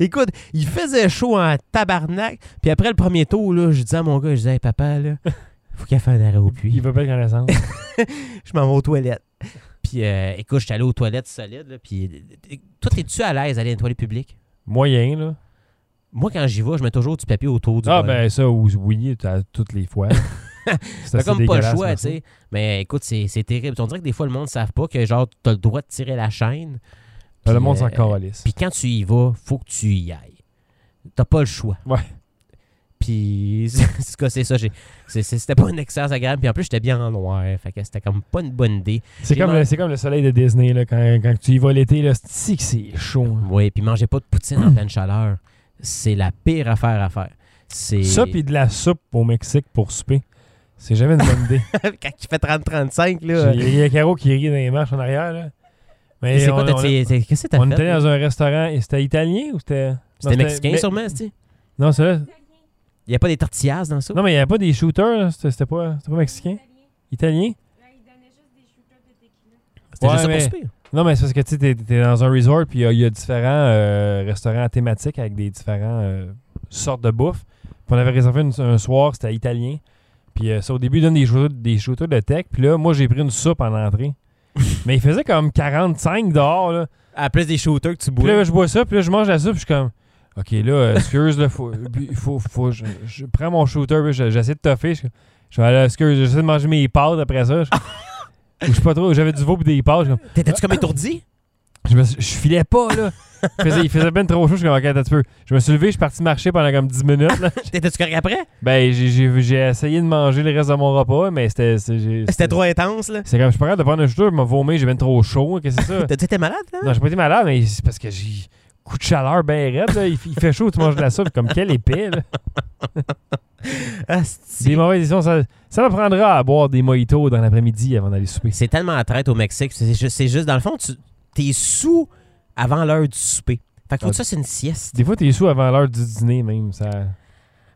S5: Écoute, il faisait chaud en tabarnak. Puis après le premier tour, là, je disais à mon gars, je disais, hey, papa, là, faut qu'il fasse un arrêt au puits.
S4: Il veut pas être connaissance.
S5: je m'en vais aux toilettes. Puis euh, écoute, j'étais allé aux toilettes solides. Là, puis euh, toi, es-tu à l'aise d'aller à une toilette publique?
S4: Moyen, là.
S5: Moi, quand j'y vais, je mets toujours du papier autour du
S4: ah,
S5: bol.
S4: ben ça, ou- oui, t'as toutes les fois. C'est
S5: T'as
S4: assez
S5: comme pas le
S4: dégueulasse,
S5: choix,
S4: mais
S5: tu
S4: ça.
S5: sais. Mais écoute, c'est c'est terrible. On dirait que des fois, le monde ne savent pas que, genre, t'as le droit de tirer la chaîne.
S4: Ben, Le
S5: Puis,
S4: monde s'en
S5: euh,
S4: calisse.
S5: Puis quand tu y vas, faut que tu y ailles. T'as pas le choix.
S4: Ouais.
S5: Puis, c'est ce que c'est ça. j'ai- c'est- c'est- C'était pas une expérience agréable. Puis en plus, j'étais bien en noir. Fait que c'était comme pas une bonne idée.
S4: C'est
S5: j'ai
S4: comme, le-
S5: mangé-
S4: c'est comme le soleil de Disney, là, quand, quand tu y vas l'été, là, c'est que c'est chaud. hein.
S5: Oui, puis mangez pas de poutine en pleine chaleur. C'est la pire affaire à faire. C'est...
S4: Ça, puis de la soupe au Mexique pour souper, c'est jamais une bonne idée.
S5: quand il fait 30-35, là.
S4: J'ai- Il y a Caro qui rit dans les marches en arrière, là. Mais
S5: C'est quoi,
S4: on-
S5: t'as-
S4: on-
S5: t'es- t'es- qu'est-ce que t'as
S4: On
S5: fait?
S4: était
S5: là?
S4: dans un restaurant et c'était italien ou c'était.
S5: C'était
S4: non,
S5: mexicain,
S4: mais-
S5: sûrement, c'est-tu?
S4: Non, c'est là-
S5: Il n'y a pas des tortillas dans ça?
S4: non, mais il n'y avait pas des shooters, là, c'était c'était pas, c'était pas mexicain. Italien?
S5: C'était
S4: Ouais,
S5: juste
S4: mais-
S5: ça pour souper.
S4: Non, mais c'est parce que tu sais, t'es- t'es dans un resort puis il y a- il y, a différents euh, restaurants thématiques avec des différents euh, sortes de bouffe. Puis on avait réservé une- un soir, c'était italien. Puis euh, ça, au début, ils donnent des shooters, des shooters de tech. Puis là, moi, j'ai pris une soupe en entrée. mais il faisait comme 45 dehors, là.
S5: À plus des shooters que tu
S4: Puis là,
S5: bois.
S4: je bois ça, puis là, je mange la soupe, puis je suis comme, OK, là, euh, excuse, là, faut, puis il faut, faut je, je prends mon shooter, puis je- j'essaie de toffer. Je, je suis là, excuse, j'essaie de manger mes pâtes après ça. Je, ou je sais pas trop, j'avais du veau, puis des pâtes. Je, suis comme,
S5: T'étais-tu comme étourdi?
S4: je, me suis- je filais pas, là. Il faisait, il faisait ben trop chaud, je suis comme, OK, attends un petit peu. Je me suis levé, je suis parti marcher pendant comme 10 minutes, là.
S5: T'étais-tu correct après?
S4: Ben, j'ai- j'ai j'ai essayé de manger le reste de mon repas, mais c'était. c'est- j'ai-
S5: C'était trop intense, là.
S4: C'est comme, je suis pas capable de prendre un shooter, je m'ai vomi, j'ai ben trop chaud, qu'est-ce que c'est ça?
S5: T'as dit t'es malade, là?
S4: Non, j'ai pas été malade, mais c'est parce que j'ai coup de chaleur bien raide. là. Il, f- il fait chaud, tu manges de la soupe comme quel épais. là.
S5: Ah,
S4: Des
S5: c'est-
S4: mauvaises décisions. Ça, ça m'apprendra à boire des mojitos dans l'après-midi avant d'aller souper.
S5: C'est tellement à traite au Mexique. C'est juste, c'est juste, dans le fond, tu t'es sous avant l'heure du souper. Fait que, faut que ça, c'est une sieste.
S4: Des fois, t'es sous avant l'heure du dîner même. Ça...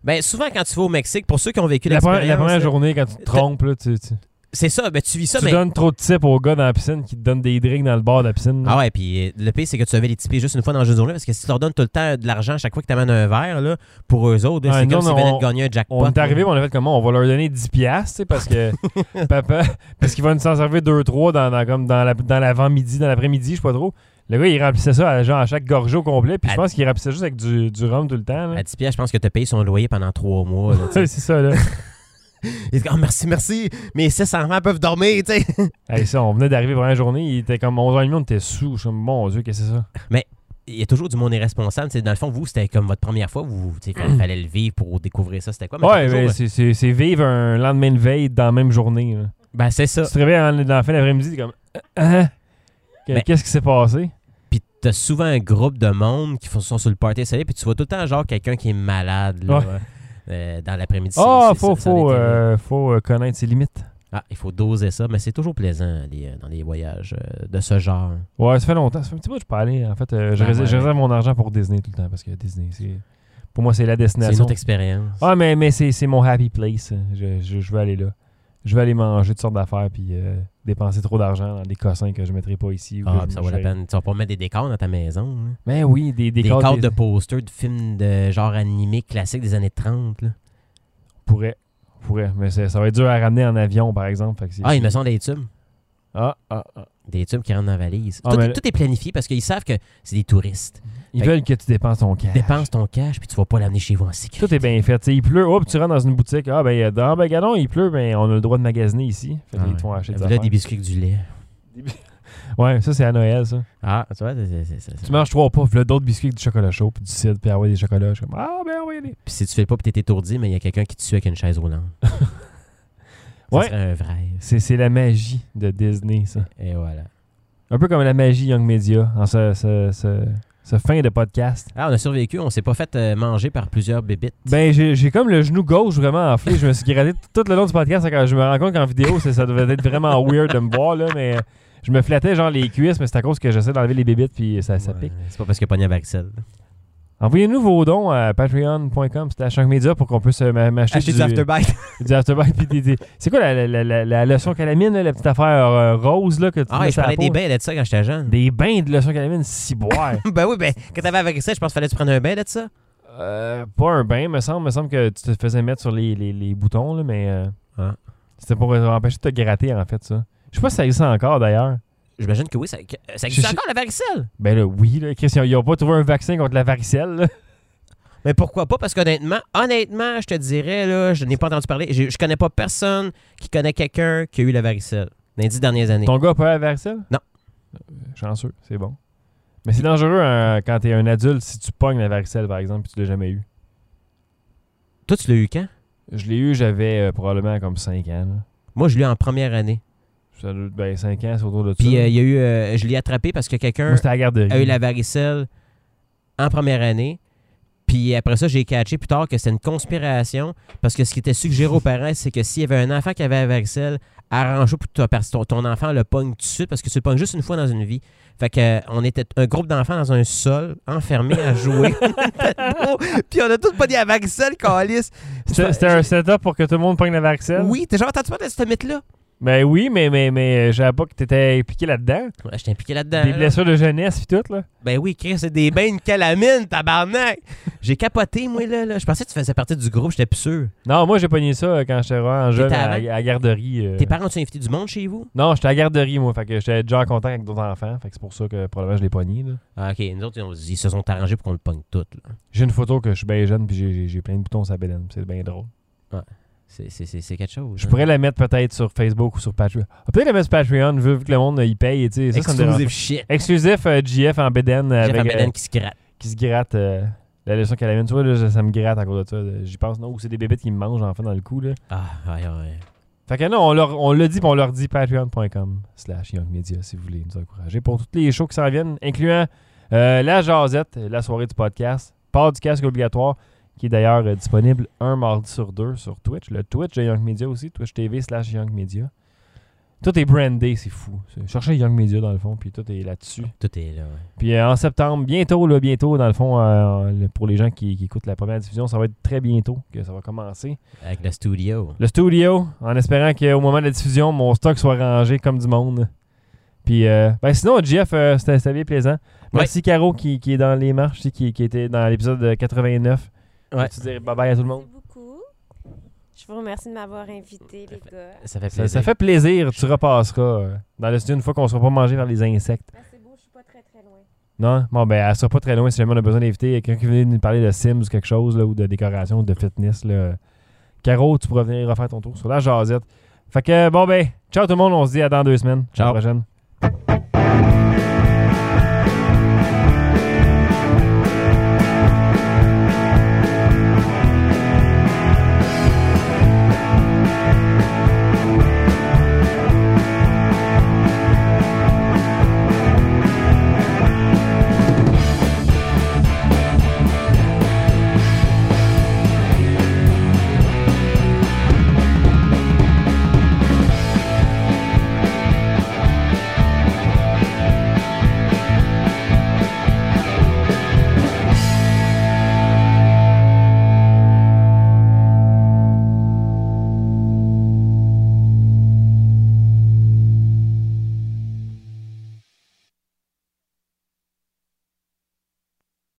S5: Ben, souvent, quand tu vas au Mexique, pour ceux qui ont vécu
S4: La, première,
S5: l'expérience...
S4: la première
S5: là,
S4: journée, quand tu te trompes, là, tu, tu-
S5: C'est ça, ben, tu vis ça,
S4: tu
S5: mais...
S4: donnes trop de tips aux gars dans la piscine qui te donnent des drinks dans le bar de la piscine. là.
S5: Ah ouais, puis euh, le pire, c'est que tu avais les tiper juste une fois dans le jeu de journée, parce que si tu leur donnes tout le temps de l'argent à chaque fois que tu amènes un verre, là, pour eux autres,
S4: Ah,
S5: c'est
S4: nous,
S5: comme si
S4: on-
S5: tu venais de gagner un jackpot.
S4: On est
S5: là.
S4: arrivé, on a fait comment? On va leur donner 10 piastres, tu sais, parce que papa, parce qu'il va nous en servir 2-3 dans, dans, comme dans la- dans l'avant-midi, dans l'après-midi, je sais pas trop. Le gars, il remplissait ça à, genre, à chaque gorgeau complet, puis je
S5: À-
S4: pense qu'il remplissait juste avec du, du rhum tout le temps. là.
S5: À 10 piastres, je pense que tu as payé son loyer pendant trois mois. là, tu sais.
S4: Ouais, c'est ça, là.
S5: Il dit, Ah, merci, merci. Mais ces enfants peuvent dormir, tu sais.
S4: Hey, ça, on venait d'arriver première journée, il était comme 11h30, on était sous. Je suis comme, mon Dieu, qu'est-ce que c'est ça?
S5: Il y a toujours du monde irresponsable. tu sais. Dans le fond, vous, c'était comme votre première fois. Vous, tu sais, fallait, fallait le vivre pour découvrir ça. C'était quoi? Mm. Mais
S4: ouais,
S5: t'as toujours- euh,
S4: mais c'est- c'est c'est vivre un lendemain de veille dans la même journée. là.
S5: ben, c'est ça.
S4: Tu te réveilles en- dans la fin de l'après-midi, t'es comme, Hein? Que-
S5: Ben-
S4: qu'est-ce qui s'est passé?
S5: Puis t'as souvent un groupe de monde qui font- sont sur le party salé, puis tu vois tout le temps, genre, quelqu'un qui est malade. là.
S4: Ouais.
S5: euh, dans l'après-midi.
S4: Ah,
S5: c'est- c'est-
S4: faut,
S5: ça- ça en
S4: faut,
S5: était là.
S4: euh, faut euh, connaître ses limites.
S5: Ah, il faut doser ça, mais c'est toujours plaisant les, euh, dans les voyages euh, de ce genre.
S4: Ouais, ça fait longtemps. Ça fait un petit bout que je peux aller. En fait, euh, je,
S5: Ben
S4: réserve,
S5: ouais.
S4: je réserve mon argent pour Disney tout le temps parce que Disney, c'est pour moi, c'est la
S5: C'est une
S4: destination.
S5: autre expérience.
S4: Ah, mais, mais c'est c'est mon happy place. Je, je, je veux aller là. Je vais aller manger toutes sortes d'affaires puis euh, dépenser trop d'argent dans des cossins que je ne mettrai pas ici. ou que
S5: Ah,
S4: je-
S5: puis ça
S4: je
S5: vaut la
S4: vais-
S5: peine. Tu vas pas mettre des décors dans ta maison. hein.
S4: Mais oui, des, des,
S5: Des,
S4: cadres-
S5: cadres
S4: des-
S5: de posters de films de genre animé classique des années 30. là.
S4: pourrait. pourrait. Mais c'est- ça va être dur à ramener en avion, par exemple. Fait que c'est-
S5: Ah, ils me sont des tubes.
S4: Ah, ah, ah.
S5: Des tubes qui rentrent dans la valise.
S4: Ah,
S5: tout,
S4: mais-
S5: tout est planifié parce qu'ils savent que c'est des touristes.
S4: Ils
S5: Fait-
S4: veulent que tu dépenses ton cash.
S5: Dépense ton cash, puis tu vas pas l'amener chez vous en sécurité.
S4: Tout est bien fait. T'sais, il pleut. Hop, tu rentres dans une boutique. Ah, ben, dans ben, gadon, il pleut, mais on a le droit de magasiner ici. Fait que
S5: Ah,
S4: ils te font
S5: ouais.
S4: acheter des
S5: Voilà
S4: affaires.
S5: des biscuits avec du lait.
S4: Ouais, ça, c'est à Noël, ça.
S5: Ah, tu vois, c'est- c'est- c'est- c'est-
S4: Tu manges trois poufs, là, d'autres biscuits avec du chocolat chaud, puis du cidre, puis ah ouais, des chocolats. Je suis comme, ah, ben, on va y aller.
S5: Puis si tu fais le pas, puis t'es étourdi, mais il y a quelqu'un qui te suit avec une chaise roulante. Ça
S4: Ouais.
S5: serait un vrai.
S4: C'est c'est la magie de Disney, ça.
S5: Et voilà.
S4: Un peu comme la magie Young Media, en ce, ce- ce- ce fin de podcast.
S5: Ah, on a survécu, on s'est pas fait euh, manger par plusieurs bébites.
S4: Ben, j'ai j'ai comme le genou gauche vraiment enflé. Je me suis gratté tout tout le long du podcast. Quand je me rends compte qu'en vidéo, c'est- ça devait être vraiment weird de me voir, là, mais je me flattais genre les cuisses, mais c'est à cause que j'essaie d'enlever les bébites, puis ça, ça
S5: Ouais,
S4: pique.
S5: C'est pas parce qu'il n'y a pas ni à Vaxel.
S4: Envoyez-nous vos dons à patreon.com, c'était à Choc Media pour qu'on puisse euh, m'a- m'acheter du,
S5: afterbite.
S4: du Afterbite puis des- des- C'est quoi la, la- la- la- la leçon calamine, là, la petite affaire euh, rose là, que tu
S5: Ah,
S4: mets
S5: je
S4: sur la
S5: prenais des
S4: peau?
S5: bains de ça quand j'étais jeune.
S4: Des bains de leçon calamine, si boire.
S5: ben oui, ben quand t'avais avec ça, je pense qu'il fallait que tu prennes un bain de ça.
S4: Euh, pas un bain, me semble. me semble que tu te faisais mettre sur les, les- les boutons, là, mais euh,
S5: Ah.
S4: c'était pour euh, empêcher de te gratter, en fait, ça. Je sais pas si ça existe encore, d'ailleurs.
S5: J'imagine que oui, ça, que- ça
S4: Je-
S5: existe
S4: je-
S5: encore la varicelle.
S4: Ben là, oui, là, Chris, ils n'ont pas trouvé un vaccin contre la varicelle. là.
S5: Mais pourquoi pas? Parce qu'honnêtement, honnêtement, je te dirais, là, je n'ai pas entendu parler. Je, je connais pas personne qui connaît quelqu'un qui a eu la varicelle dans les dix dernières années.
S4: Ton gars a pas eu la varicelle?
S5: Non.
S4: Euh, Chanceux, c'est bon. Mais c'est dangereux hein, quand t'es un adulte si tu pognes la varicelle, par exemple, puis tu l'as jamais eu.
S5: Toi, tu l'as eu quand?
S4: Je l'ai eu, j'avais euh, probablement comme 5 ans. là.
S5: Moi, je l'ai eu en première année.
S4: Ça doit- Ben, 5 ans, c'est autour de ça.
S5: Puis euh, il y a eu, euh, je l'ai attrapé parce que quelqu'un
S4: Moi, c'était à la garderie.
S5: a eu la varicelle en première année. Puis après ça, j'ai catché plus tard que c'était une conspiration parce que ce qui était suggéré aux parents, c'est que s'il y avait un enfant qui avait la varicelle, arrange-toi pour que ton- parce que ton, ton enfant le pogne tout de suite parce que tu le pognes juste une fois dans une vie. Fait que euh, on était un groupe d'enfants dans un sol, enfermés à jouer. Puis on a tous pogné la varicelle, calice.
S4: C'était c'était un setup pour que tout le monde pogne la varicelle?
S5: Oui, t'es genre, t'as-tu pas de ce mythe-là?
S4: Ben oui, mais, mais, mais euh, je savais pas que t'étais impliqué là-dedans.
S5: Ouais, Je t'ai impliqué là-dedans.
S4: Des
S5: Euh, là.
S4: blessures de jeunesse puis tout, là.
S5: Ben oui, Chris, c'est des bains de calamine, tabarnak! J'ai capoté, moi, là, là. Je pensais que tu faisais partie du groupe, j'étais plus sûr.
S4: Non, moi, j'ai pogné ça euh, quand j'étais vraiment jeune
S5: T'étais
S4: à,
S5: avant?
S4: à la garderie. euh.
S5: Tes parents ont-tu invité du monde chez vous?
S4: Non, j'étais à la garderie, moi. Fait que j'étais déjà en contact avec d'autres enfants. Fait que c'est pour ça que probablement je l'ai pogné, là.
S5: Ah, ok, nous autres, ils, ont- ils se sont arrangés pour qu'on le pogne tout, là.
S4: J'ai une photo que je suis bien jeune puis j'ai- j'ai- j'ai plein de boutons sur la bédaine. C'est bien drôle.
S5: C'est- C'est c'est- c'est quelque chose. hein.
S4: Je pourrais la mettre peut-être sur Facebook ou sur Patreon. Ah, peut-être la mettre sur Patreon, vu vu que le monde euh, y paye. et tu sais, Ça, ça me dérange
S5: Exclusive
S4: pas.
S5: shit.
S4: Exclusif euh, GF en bédaine avec,
S5: Jeff
S4: euh,
S5: Abeden qui se gratte.
S4: qui se gratte. euh, la leçon qu'elle amène, tu vois, là, ça- ça me gratte à cause de ça. là. J'y pense, non, ou c'est des bébés qui me mangent, en fait, dans le cou, là.
S5: Ah, ouais, ouais.
S4: Fait que non, on leur, on le dit, puis on leur dit patreon.com slash youngmedia si vous voulez nous encourager pour toutes les shows qui s'en viennent, incluant euh, la jasette, la soirée du podcast, part du casque obligatoire, qui est d'ailleurs euh, disponible un mardi sur deux sur Twitch. Le Twitch de Young Media aussi, Twitch TV slash Young Media. Tout est brandé, c'est fou. C'est- Cherchez Young Media dans le fond, puis tout est là-dessus.
S5: Tout est là, ouais.
S4: Puis euh, en septembre, bientôt, là, bientôt, dans le fond, euh, le- pour les gens qui, qui écoutent la première diffusion, ça va être très bientôt que ça va commencer
S5: Avec le studio.
S4: le studio en espérant qu'au moment de la diffusion, mon stock soit rangé comme du monde. Puis, euh, ben sinon, Jeff, euh, c'était c'était bien plaisant. Merci Caro qui, qui est dans les marches, tu sais, qui, qui était dans l'épisode de 89.
S5: Ouais.
S4: Tu dirais bye bye à tout le monde.
S1: Merci beaucoup. Je vous remercie de m'avoir invité, les gars.
S5: Ça fait
S4: Ça,
S5: plaisir.
S4: ça fait plaisir, tu repasseras euh, dans le studio une fois qu'on sera pas mangé par les insectes.
S1: Ben, C'est beau, je suis pas très très loin.
S4: Non? Bon, ben, elle sera pas très loin si jamais on a besoin d'inviter quelqu'un qui venait nous parler de Sims ou quelque chose, là, ou de décoration, ou de fitness. Là. Caro, tu pourras venir refaire ton tour sur la jasette. Fait que, bon, ben, ciao tout le monde, on se dit à dans deux semaines. À la
S5: Ciao.
S4: prochaine.